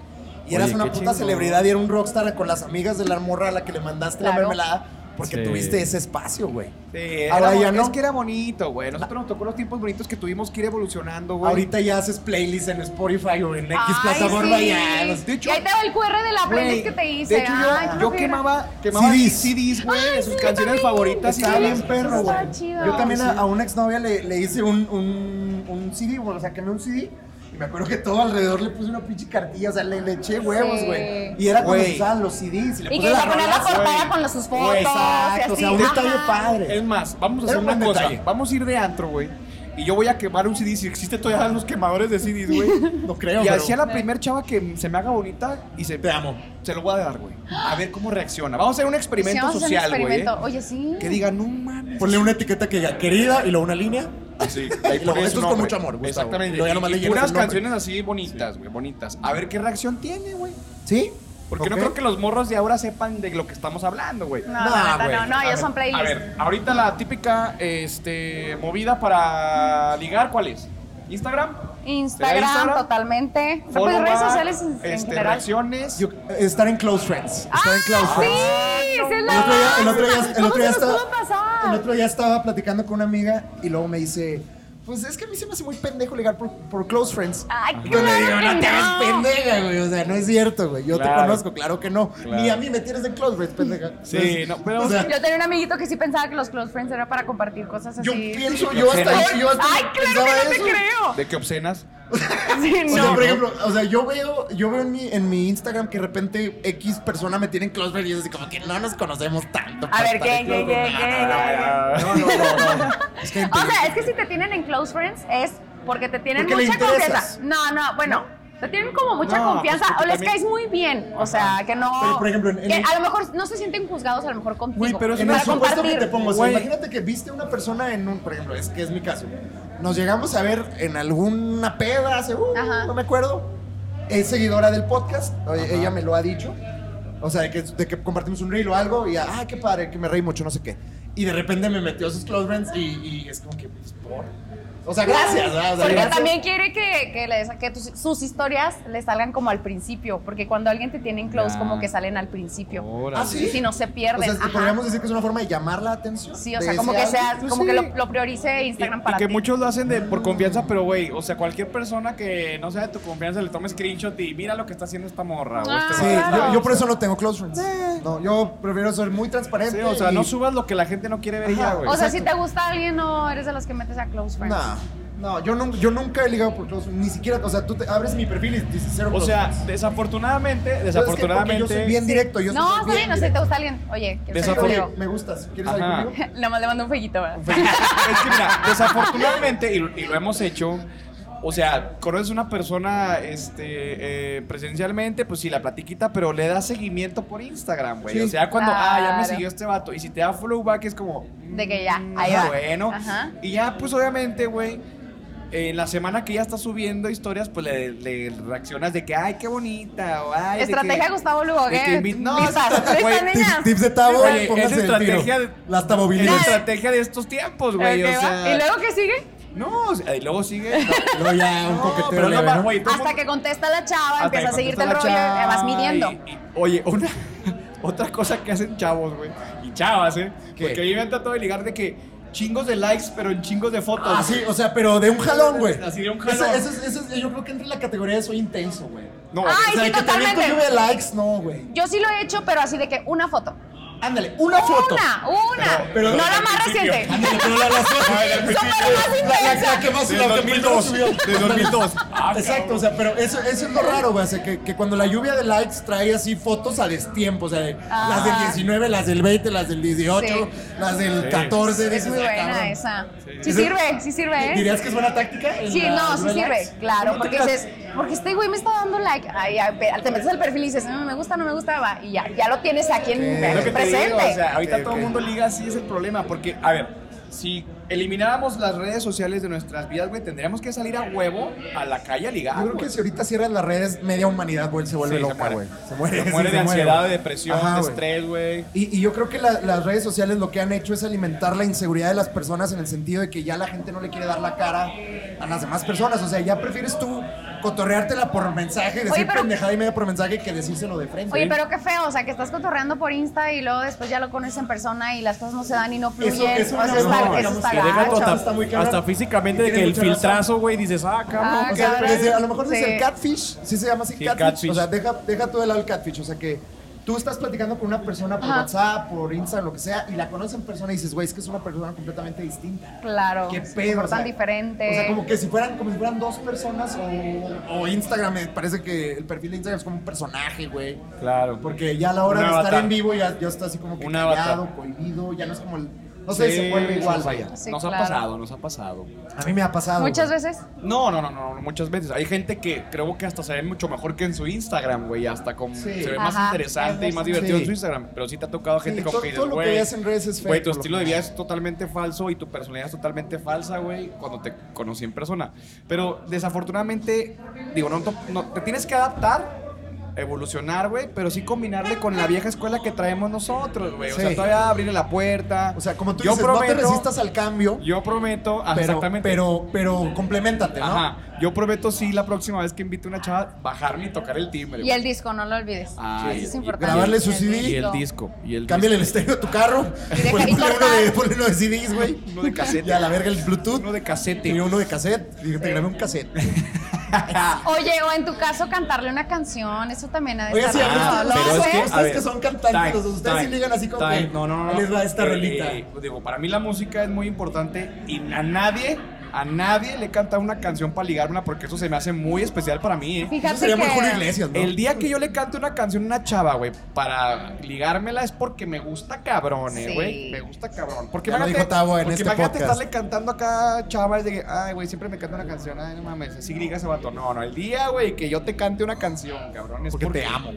Y eras
Oye,
una
qué
puta
chingón.
celebridad y era un rockstar con las amigas de la morra a la que le mandaste la
Claro.
mermelada porque
Sí.
tuviste ese espacio, güey.
Sí, era
Ahora ya
bon-
no.
Es que era bonito, güey. Nosotros nos tocó los tiempos bonitos que tuvimos que ir evolucionando, güey.
Ahorita ya haces playlists en Spotify o en X
Ay,
plataforma
sí.
ya. los-
De hecho-
y ahí te va el QR de la
Güey,
playlist que te hice.
De hecho, yo,
Ay, qué
yo
flojera.
quemaba, quemaba
CDs.
CDs, güey, de
Ay,
sus
sí, yo
canciones
también.
favoritas. y
Estaba
todo.
bien perro,
estaba
güey.
chido.
Yo también a, a una exnovia le, le hice un, un, un CD, güey, o sea, quemé un CD. Y me acuerdo que todo alrededor le puse una pinche cartilla, o sea, le, le eché huevos,
Sí.
güey. Y era cuando
Güey.
se usaban los CDs. Y, le
Y
puse
que iba a poner la
rolas,
portada
güey.
con los- sus
Güey,
fotos. y
Exacto, o sea, un
así.
detalle
Ajá.
padre.
Es más, vamos
Era
a hacer
un
una
buen
cosa.
detalle.
Vamos a ir de antro, güey. Y yo voy a quemar un CD. Si existe todavía los quemadores de CDs, güey.
No creo,
Y
pero-
así a la primer chava que se me haga bonita y se.
Te amo.
Se lo voy a dar, güey. A ver cómo reacciona. Vamos a hacer un
Sí,
experimento
vamos a hacer un
social, güey.
¿eh?
experimento. Oye, sí.
Que diga, no mames.
Ponle una etiqueta que diga querida y luego una línea.
Sí,
Y
ahí
luego,
pones
esto
su
es con
nombre.
mucho amor, Gustavo.
Exactamente.
Y luego ya nomás le
Y
llenas
puras
el nombre.
canciones así bonitas, güey, bonitas. A ver qué reacción tiene, güey.
¿Sí?
Porque no
Ok.
creo que los morros de ahora sepan de lo que estamos hablando, güey.
No, la neta,
güey.
no, no,
A
ellos
ver,
son
A
playlists.
ver, ahorita la típica este, movida para ligar, ¿cuál es? ¿Instagram?
Instagram,
¿Será Instagram?
totalmente. No, pues
Follow
redes
back,
sociales en, en
este,
general.
Reacciones.
Yo- estar en close friends. Estar en close
Ah, Sí,
friends.
sí, es
El
la
otro día, el otro día-
máxima.
el otro día
¿Cómo se nos
estaba,
pudo pasar?
el otro día estaba platicando con una amiga y luego me dice, pues es que a mí se me hace muy pendejo ligar por, por close friends.
Ay,
Y yo le digo,
claro
no te
que
hagas
no".
pendeja, güey. O sea, no es cierto, güey. Yo te
Claro.
conozco, claro que no. Ni a mí me tienes en close friends, pendeja.
Sí,
Entonces,
no, pero-
o sea,
Yo tenía un amiguito que sí pensaba que los close friends era para compartir cosas así.
yo pienso, yo hasta, yo hasta
Ay, claro
pensaba
que no te
eso.
creo.
¿De qué obscenas?
Sí,
O sea,
no.
por ejemplo, o sea, yo veo, yo veo en mi, en mi Instagram que de repente X persona me tiene en close friends y es así como que no nos conocemos tanto.
A ver,
para estar
¿qué,
en
qué,
close friends. Ah.
qué, qué?
No, no, no, no. Es que hay
O sea, es que si te tienen en close friends es porque te tienen
Porque le
mucha
interesas.
confianza. No, no, bueno, te tienen como mucha
No, pues
confianza
porque
o les
también-
caes muy bien. O sea, que no.
Pero, por ejemplo, en- en
que
el-
a lo mejor no se sienten juzgados a lo mejor contigo.
Güey, pero es
En el
para
supuesto que
compartir.
te pongo, o sea,
Güey.
imagínate que viste a una persona en un, por ejemplo, es que es mi caso. Nos llegamos a ver en alguna peda, hace, uh,
Ajá.
no me acuerdo. Es seguidora del podcast, o- ella me lo ha dicho. O sea, de que, de que compartimos un reel o algo y, ah, qué padre, que me reí mucho, no sé qué. Y de repente me metió a sus close friends y, y es como que, pues, por. O sea, gracias. ¿verdad? O sea,
Porque
gracias.
también quiere que, que les- que tus- sus historias le salgan como al principio, porque cuando alguien te tiene en close,
Ya.
como que salen al principio.
Órale.
¿Ah, sí?
Si no se
O
pierden.
sea, es que
ajá.
podríamos decir que es una forma de llamar la atención.
Sí, o
de
sea, como
ese
que,
alguien.
sea,
pues
como que
sí.
lo, lo priorice Instagram
y,
para
y que
ti.
muchos lo hacen de, por confianza, pero güey, o sea, cualquier persona que no sea de tu confianza le tome screenshot y mira lo que está haciendo esta morra. o
Ah,
este
Sí,
vato".
claro.
yo, yo por eso no tengo close friends.
Eh.
No, yo prefiero ser muy transparente.
Sí, o sea,
y-
no subas lo que la gente no quiere ver
Ajá.
ya, güey.
O sea, si
Exacto.
te gusta alguien, no eres de los que metes a close friends.
Nah, No, yo, nun- yo nunca he ligado por close. Ni siquiera, o sea, tú te abres mi perfil y dices cero
O
close
sea,
friends.
desafortunadamente,
Pero es que porque
desafortunadamente.
yo soy bien directo. Yo
No,
soy
está bien, no sé,
directo.
te gusta alguien. Oye, ¿quieres salir
Desafortun-
conmigo?
Oye, me gustas. ¿Quieres salir
Ajá.
conmigo?
Nada más le mando un fueguito, ¿verdad?
Pues, es que mira, desafortunadamente, y, lo- y lo hemos hecho, o sea, conoces una persona este, eh, presencialmente, pues sí, la platiquita, pero le das seguimiento por Instagram, güey.
Sí.
O sea, cuando, ah, ya me
Claro.
siguió este vato. Y si te da follow back, es como.
De que ya,
mm,
ahí va.
Bueno.
Ajá.
Y ya, pues obviamente, güey. En la semana que ya está subiendo historias, pues le, le reaccionas de que, ay, qué bonita, o ay. de que-
Estrategia Gustavo Lugo,
de
¿qué?
que invi- no,
Visas,
es que, güey,
visas, niñas.
Tips, tips de Tavo.
Oye, es
pónganse el tiro.
estrategia de-
Las
Es
tabobilinas.
la estrategia de estos tiempos, güey.
Ok,
o
va.
sea,
¿Y luego qué sigue?
No, o sea, y luego sigue. no,
Luego ya un
No,
coqueteo
pero no
leve,
va,
¿no?
güey, todo
Hasta
mundo-
que contesta la chava,
hasta
empieza a
que
seguirte el
Ah, contesta
rollo,
la
eh, vas
chava
midiendo.
y- y- oye, una, otra cosa que hacen chavos, güey. Y chavas, ¿eh?
¿Qué?
Porque a mí me han tratado de ligar de que chingos de likes, pero en chingos de fotos.
Ah, sí, o sea, pero de un jalón, güey.
Así de un jalón.
Esa- esa es- esa es- yo creo que entra en la categoría de soy intenso, güey.
No,
Ay,
o sea,
sí,
que te aviento
totalmente.
lluvia de likes, no, güey.
Yo sí lo he hecho, pero así de que una foto.
Ándale, una foto.
Una, una.
pero-
no la
al
más reciente.
Ándale, pero la, la,
Súper más
la-
intensa.
la que más la que primero subió.
Ah,
Exacto, o sea, pero eso, eso es lo raro, güey. O sea, que, que cuando la lluvia de likes trae así fotos a destiempo, o sea, de-
Ah.
las del 19, las del 20, las del 18,
Sí.
las del 14.
Es
dices,
muy
"Ah,
buena
cabrón".
esa. Sí
Esa-
sirve, sí sirve, ¿eh?
¿Dirías que es buena táctica? el-
Sí,
la
no, sí
lluvia de likes?
sirve, claro, porque dices, porque este güey me está dando like, ay, ay, pe- te metes al perfil y dices, "Mm, me gusta, no me gusta, va, y ya, ya lo tienes aquí en
Es lo que te
presente.
digo, o sea, ahorita
Ok,
todo el
ok.
mundo liga así es el problema, porque a ver, si elimináramos las redes sociales de nuestras vidas, güey, tendríamos que salir a huevo a la calle a ligar.
Yo creo
güey.
que si ahorita cierras las redes, media humanidad, güey, se vuelve
Sí, se
loca,
muere.
güey. Se muere.
Se
sí,
muere de
muere,
ansiedad,
güey.
de depresión,
Ajá,
de
güey.
estrés, güey.
Y, y yo creo que la- las redes sociales lo que han hecho es alimentar la inseguridad de las personas en el sentido de que ya la gente no le quiere dar la cara a las demás personas. O sea, ya prefieres tú cotorreártela por mensaje, decir
Oye, pero-
pendejada y media por mensaje que decírselo de frente.
Oye, pero qué feo, o sea, que estás cotorreando por Insta y luego después ya lo conoces en persona y las cosas no se dan y no fluyen.
Eso- eso
o sea,
no,
está,
no,
eso
digamos
Ah, está
que deja
gacho.
total-
hasta,
Está muy cabrón.
hasta físicamente de
Tiene
que el
mucha razón.
filtrazo, güey, dices, ah, cabrón.
Ah,
O sea,
cabrón.
desde- a lo mejor
Sí.
desde el catfish, sí se llama así
Sí,
catfish.
catfish.
O sea, deja, deja todo el lado del catfish. O sea, que tú estás platicando con una persona por
Ajá.
WhatsApp, por Instagram, lo que sea, y la conoces en persona y dices, güey, es que es una persona completamente distinta.
Claro.
¿Qué
se
pedo? o
comportan
sea,
diferente.
O sea, como que si fueran, como si fueran dos personas o, o Instagram, me parece que el perfil de Instagram es como un personaje, güey.
Claro.
Porque ya a la hora
Un
de estar
avatar.
en vivo ya, ya está así como que
Un
callado,
avatar.
cohibido, ya no es como el... No sé, se vuelve
Sí,
igual,
sí,
vaya.
Sí,
nos ha
claro.
pasado, nos ha pasado.
A mí me ha pasado.
Muchas
güey.
veces.
No, no, no, no, muchas veces. Hay gente que creo que hasta se ve mucho mejor que en su Instagram, güey. Hasta como
Sí.
se ve
Ajá,
más interesante y más
sí.
divertido en su
Sí.
Instagram. Pero sí te ha tocado gente
Sí,
como
todo-
que dices,
todo lo que
güey,
ves en redes es
Güey,
fake,
tu
por lo
estilo de
general.
vida es totalmente falso y tu personalidad es totalmente falsa, güey, cuando te conocí en persona. Pero desafortunadamente, digo, no, to- no- te tienes que adaptar. Evolucionar, güey, pero sí combinarle con la vieja escuela que traemos nosotros, güey. O
Sí.
sea, todavía abrirle la puerta.
O sea, como tú
Yo
dices, no te
prometo-
resistas al cambio,
Yo prometo, ah,
pero,
exactamente.
pero, pero complementate, ¿no?
Ajá. Yo prometo, sí, la próxima vez que invite a una chava, bajarme y tocar el timbre.
Y el disco, no lo olvides.
Ah,
Eso
y-
es
y
importante.
grabarle su CD.
güey. Y el disco. Y el
Cámbiale el estéreo de tu carro,
deja-
ponle
y
uno
corta.
de- ponle uno de CDs, güey.
disco. Uno de casete.
Y a la verga el Bluetooth.
Uno de casete.
Tenía uno de cassette. Dije, te grabé un cassette.
Oye, o en tu caso, cantarle una canción, eso también ha de
Oye,
estar
sí, a
raro,
ver,
¿no?
Ah,
ustedes,
pero es
ustedes
que,
que,
a ver,
son cantantes,
time,
ustedes sí
time,
ligan así como
time.
que
No, no, no.
les va esta
Eh,
relita.
digo, para mí la música es muy importante y a nadie, a nadie le canta una canción para ligármela porque eso se me hace muy especial para mí, ¿eh?
Fíjate
Eso sería
que...
muy Julio Iglesias, ¿no?
El día que yo le cante una canción a una chava, güey, para ligármela es porque me gusta cabrón, eh,
Sí.
güey. Me gusta cabrón. Porque
Ya lo dijo Tavo en
porque
este
imagínate
podcast.
estarle cantando acá chavas de que, ay, güey, siempre me canta una canción, ay, no mames, así griega ese vato. No, no, el día, güey, que yo te cante una canción, cabrón, es porque, te amo.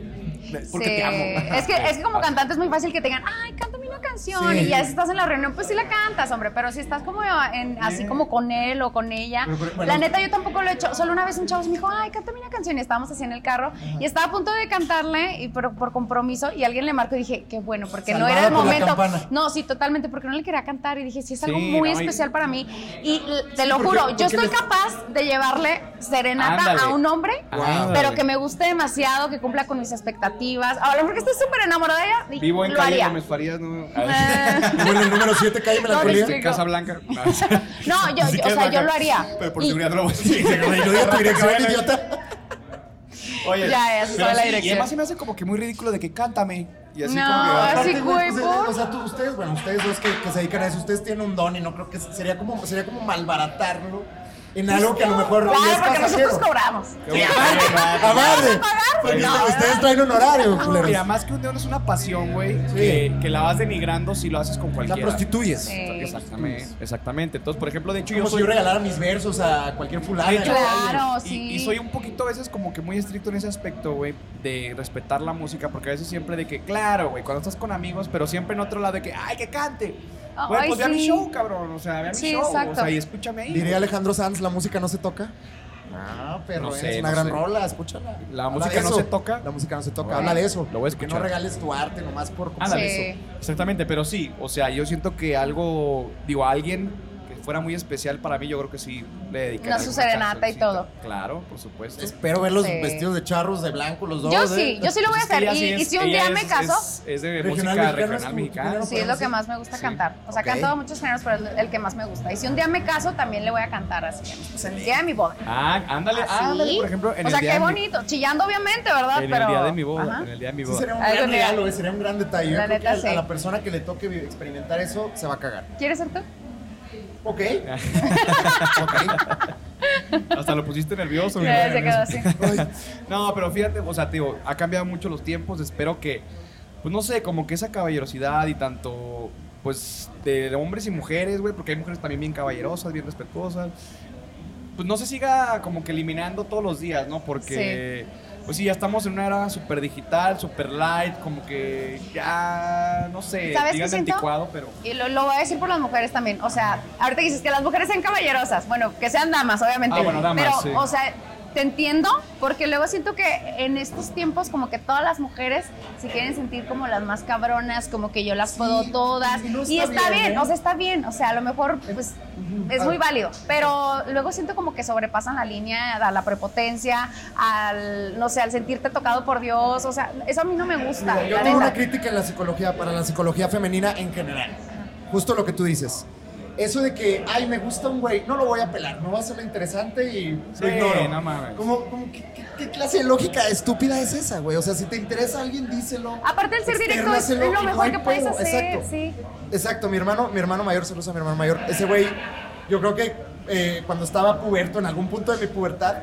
Porque
Sí.
te amo.
Es que, es que como cantante es muy fácil que te digan, ay, cántame una canción.
Sí.
Y ya si estás en la reunión, pues sí la cantas, hombre. Pero si estás como en- así como con él o con ella.
Pero, pero,
la
bueno.
neta, yo tampoco lo he hecho. Solo una vez un chavo me dijo, ay, cántame una canción. Y estábamos así en el carro. Y estaba a punto de cantarle, y pero por compromiso. Y alguien le marcó y dije, qué bueno, porque no era
Salvada
el
por la
momento.
campana.
No, sí, totalmente, porque no le quería cantar. Y dije, sí, es algo
Sí,
muy
no, y-
especial para mí. Y l- te lo
porque-
juro,
porque
yo estoy
les-
capaz de llevarle serenata
Ándale.
a un hombre,
Ándale.
pero que me guste demasiado, que cumpla con mis expectativas. A lo mejor que esté súper enamorada de ella, y
Vivo en
lo
calle
haría.
Gómez Farías, no. Ah.
Eh,
Bueno, el número 7 cae me la
No,
colía.
disculpa.
En Casa Blanca. Ah,
no, yo, yo- o sea, yo lo haría.
Pero por
Y-
seguridad no lo voy a decir.
Y lo digo tu dirección, idiota.
Oye,
Ya, esa es
pero
la
sí, Y
dirección.
además se me hace como que muy ridículo de que cántame. Y así
No,
como que.
así
Aparte, güey,
güey,
pues,
por-
O sea, tú, ustedes, bueno, ustedes dos que, que se dedican a eso, ustedes tienen un don y no creo que sería como, sería como malbaratarlo. en algo que a lo mejor
Claro,
y es
porque nosotros
pasajero.
cobramos.
Qué bueno.
Aparte, porque
pues, No.
ustedes traen un horario, culeros.
Mira, más que un deón es una pasión, güey, que, que la vas denigrando si lo haces con
La
cualquiera.
prostituyes.
Sí.
Exactamente, exactamente. Entonces, por ejemplo, de hecho, yo
Como si
soy.
yo regalara mis versos a cualquier fulana.
De hecho,
Claro,
y-
Oh, sí.
y, soy un poquito a veces como que muy estricto en ese aspecto, güey, de respetar la música, porque a veces siempre de que, claro, güey, cuando estás con amigos, pero siempre en otro lado de que, ay, que cante.
Ah,
Güey,
ay,
pues ve a mi
sí.
show, cabrón, o sea, ve a mi
Sí,
show, o
exacto.
sea, y escúchame ahí.
Diría Alejandro Sanz, la música no se toca. Ah, perro,
No sé,
es una
no
gran
sé.
rola, escúchala.
La
Habla
música
de
no
eso.
se toca.
La música no se toca,
Bueno,
habla de eso.
lo voy a
Que no
escuchar.
regales tu arte nomás por...
Ándale,
Sí.
eso. Exactamente, pero sí, o sea, yo siento que algo, digo, alguien que fuera muy especial para mí, yo creo que sí le dedicaría.
Una su
alguna
serenata y
cancioncita.
todo.
Claro, por supuesto.
Espero verlos
Sí.
vestidos de charros, de blanco, los dos.
Yo
¿eh?
sí, yo sí lo voy a
Es que
hacer.
ella
Y,
sí
y
es-
si un
ella
día
es-
me caso,
Es, es de
Regional
música
mexicana,
regional
es
mexicana.
como-
sí es lo que más me gusta cantar. O sea,
Ok.
canto muchos géneros, pero es el que más me gusta. Y si un día me caso, también le voy a cantar así. El día de mi boda.
Ah, ándale,
Así.
ándale, por ejemplo, en
o
el
sea,
día
qué
de mi-
bonito. Chillando, obviamente, ¿verdad?
En el
pero,
día de mi boda,
Ajá.
en el día de mi
Sí,
boda.
sería un
Algo
gran
que-
regalo, ¿eh? sería un gran detalle. Yo
La
creo que
neta,
al- a,
sí.
la persona que le toque vi- experimentar eso se va a cagar.
¿Quieres ser tú?
Ok.
Hasta lo pusiste nervioso. mi
Ya,
madre,
se quedó así.
No, pero fíjate, o sea, te digo, ha cambiado mucho los tiempos. Espero que, pues no sé, como que esa caballerosidad y tanto, pues, de hombres y mujeres, güey, porque hay mujeres también bien caballerosas, bien respetuosas. Pues no se siga como que eliminando todos los días, ¿no? Porque, pues sí, ya estamos en una era súper digital, súper light, como que ya, no sé,
¿Sabes qué
digan
siento?
anticuado, pero.
Y lo, lo voy a decir por las mujeres también. O sea, ahorita dices que las mujeres sean caballerosas. Bueno, que sean damas, obviamente.
Ah, bueno, damas,
Pero,
sí.
o sea, te entiendo, porque luego siento que en estos tiempos, como que todas las mujeres se quieren sentir como las más cabronas, como que yo las puedo todas.
y no
y
está
está bien,
bien, ¿eh?
o sea, está bien. O sea, a lo mejor, pues, es muy válido. Pero luego siento como que sobrepasan la línea a la prepotencia, al, no sé, al sentirte tocado por Dios. O sea, eso a mí no me gusta.
Yo
la
tengo una
neta.
crítica en la psicología, para la psicología femenina en general. Justo lo que tú dices. Eso de que, ay, me gusta un güey, no lo voy a pelar, no va a ser lo interesante y
Sí,
lo ignoro.
no mames.
Como, como, ¿qué, qué- qué clase de lógica estúpida es esa, güey? O sea, si te interesa alguien, díselo.
Aparte el ser directo es, es
externáselo
lo
y no
mejor
hay
que puedes
pedo.
hacer,
Exacto.
sí.
Exacto, mi hermano, mi hermano mayor, saludos a mi hermano mayor. Ese güey, yo creo que eh, cuando estaba puberto, en algún punto de mi pubertad,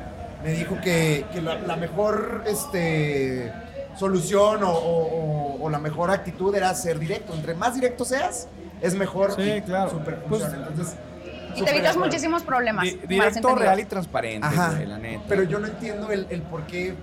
me dijo que, que la, la mejor este, solución o, o- o- o la mejor actitud era ser directo. Entre más directo seas, es mejor.
Sí,
y
claro.
súper
Pues,
funciona. Entonces,
Y te
súper
evitas
de acuerdo.
muchísimos problemas.
Di- directo,
malentendidos.
real y transparente,
Ajá.
güey, la neta.
Pero yo no entiendo el, el por qué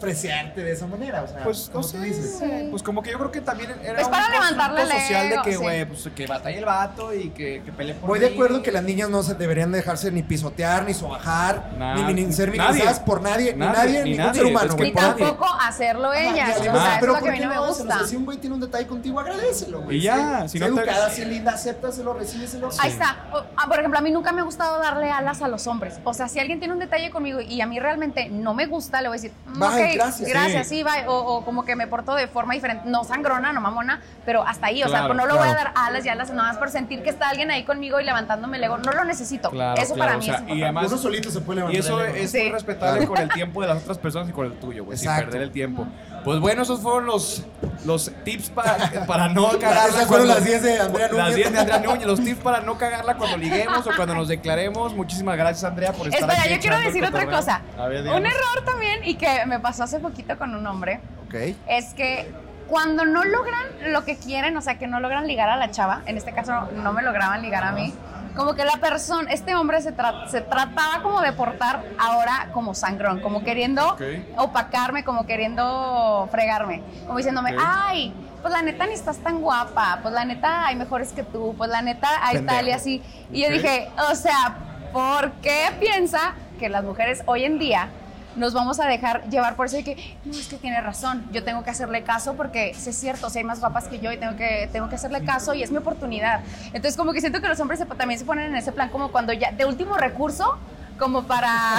fresearte de esa manera. O sea,
Pues no
como tú
sé,
dices.
güey, pues como que yo creo que también era
Pues para
un
levantarle
constructo
el
social de
ego,
que
sí.
güey, pues que batalla el vato y que, que pelee por
Voy de
mí.
acuerdo que las niñas no se deberían dejarse ni pisotear, ni sobajar,
Nah,
ni, mini- ser
nadie.
minimizadas por nadie, ni
Nadie,
nadie,
ni
ningún
nadie,
ser humano,
es
güey.
Ni
que
por nadie.
tampoco hacerlo
Y
ellas.
además,
o sea, eso es
pero
lo que
¿por
a mí
qué
no me
no? Se los
gusta.
hace un güey tiene un detalle contigo, agradecelo, güey.
Y ya,
Sé-
si
sé
no te-
educada, sé linda, acéptaselo, recíbeselo.
Ahí está. O- ah, Por ejemplo, a mí nunca me ha gustado darle alas a los hombres. O sea, si alguien tiene un detalle conmigo y a mí realmente no me gusta, le voy a decir, mm,
Bye,
ok,
gracias.
gracias, sí, bye. O, o como que me porto de forma diferente. No sangrona, no mamona, pero hasta ahí. O sea,
Claro,
pues no lo voy a dar alas y alas nada más por sentir que está alguien ahí conmigo y levantándome el ego. No lo necesito.
Claro,
eso
claro,
para
o
mí
sea,
es
y
importante.
además
Uno solito se puede levantar.
y eso
el ego.
es
Sí.
muy respetable
Claro.
con el tiempo de las otras personas y con el tuyo, güey, sin
Exacto.
perder el tiempo. Pues bueno, esos fueron los, los tips para, para no cagarla.
Esas fueron
cuando-
las 10 de Andrea Núñez.
Las 10 de Andrea Núñez, los tips para no cagarla cuando liguemos o cuando nos declaremos. Muchísimas gracias, Andrea, por estar
Espera,
aquí.
yo quiero
echando el
decir otra
cotorreo.
cosa.
A ver,
un
díganos.
error también y que me pasó hace poquito con un hombre
Ok.
es que cuando no logran lo que quieren, o sea, que no logran ligar a la chava, en este caso no me lograban ligar a mí, como que la persona, este hombre se, tra- se trataba como de portar ahora como sangrón, como queriendo opacarme, como queriendo fregarme, como diciéndome, ay, pues la neta ni estás tan guapa, pues la neta hay mejores que tú, pues la neta hay tal y así. Y yo dije, o sea, ¿por qué piensa que las mujeres hoy en día nos vamos a dejar llevar por eso de que, no, es que tiene razón, yo tengo que hacerle caso porque sí es cierto, si hay más guapas que yo y tengo que, tengo que hacerle caso y es mi oportunidad. Entonces como que siento que los hombres se- también se ponen en ese plan como cuando ya, de último recurso, como para...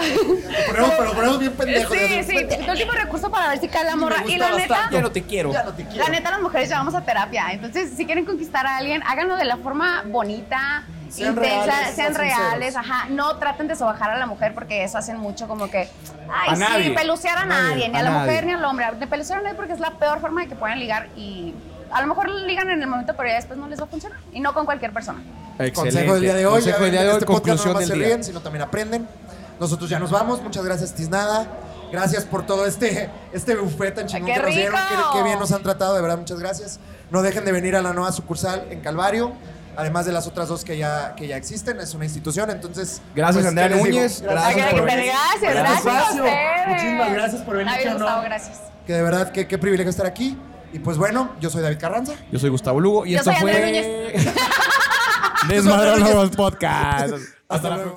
Pero, pero ponemos bien pendejos.
sí,
de-
sí, de último recurso para ver si cae la
Me
morra.
gusta
Y la neta...
bastante.
Ya no te quiero.
Ya no te quiero.
La neta, las mujeres ya vamos a terapia. Entonces, si quieren conquistar a alguien, háganlo de la forma bonita,
Sean
intensa,
reales,
sean
sean
reales.
sinceros.
Ajá. No traten de sobajar a la mujer porque eso hacen mucho como que, ay,
A
sí,
nadie.
pelucear a nadie, ni a,
a
la
nadie.
mujer ni al hombre. De pelucear a nadie porque es la peor forma de que puedan ligar y a lo mejor ligan en el momento, pero ya después no les va a funcionar. Y no con cualquier persona.
Consejo del día de hoy.
Consejo
Ya ven,
del día de
en
hoy,
este podcast no
conclusión
nomás
del
se
día.
ríen, sino también aprenden. Nosotros ya nos vamos. Muchas gracias, Tiznada. Gracias por todo este, este buffet tan chingón
Ah, ¡Qué
que nos dieron. Qué,
rico!
qué bien nos han tratado, de verdad, muchas gracias. No dejen de venir a la nueva sucursal en Calvario, además de las otras dos que ya, que ya existen. Es una institución, entonces. pues,
Gracias,
¿qué
Andrea
les digo?
Núñez.
Ay,
Gracias
que
por
te-
venir.
gracias, gracias, a
Gracias,
ustedes.
muchísimas gracias por venir,
David
Chano.
Gustavo, gracias.
Que de verdad, qué, qué privilegio estar aquí. Y pues bueno, yo soy David Carranza.
Yo soy Gustavo Lugo y
Yo
esto
soy
fue
Andrea Núñez.
Desmadrón Podcast.
Hasta luego.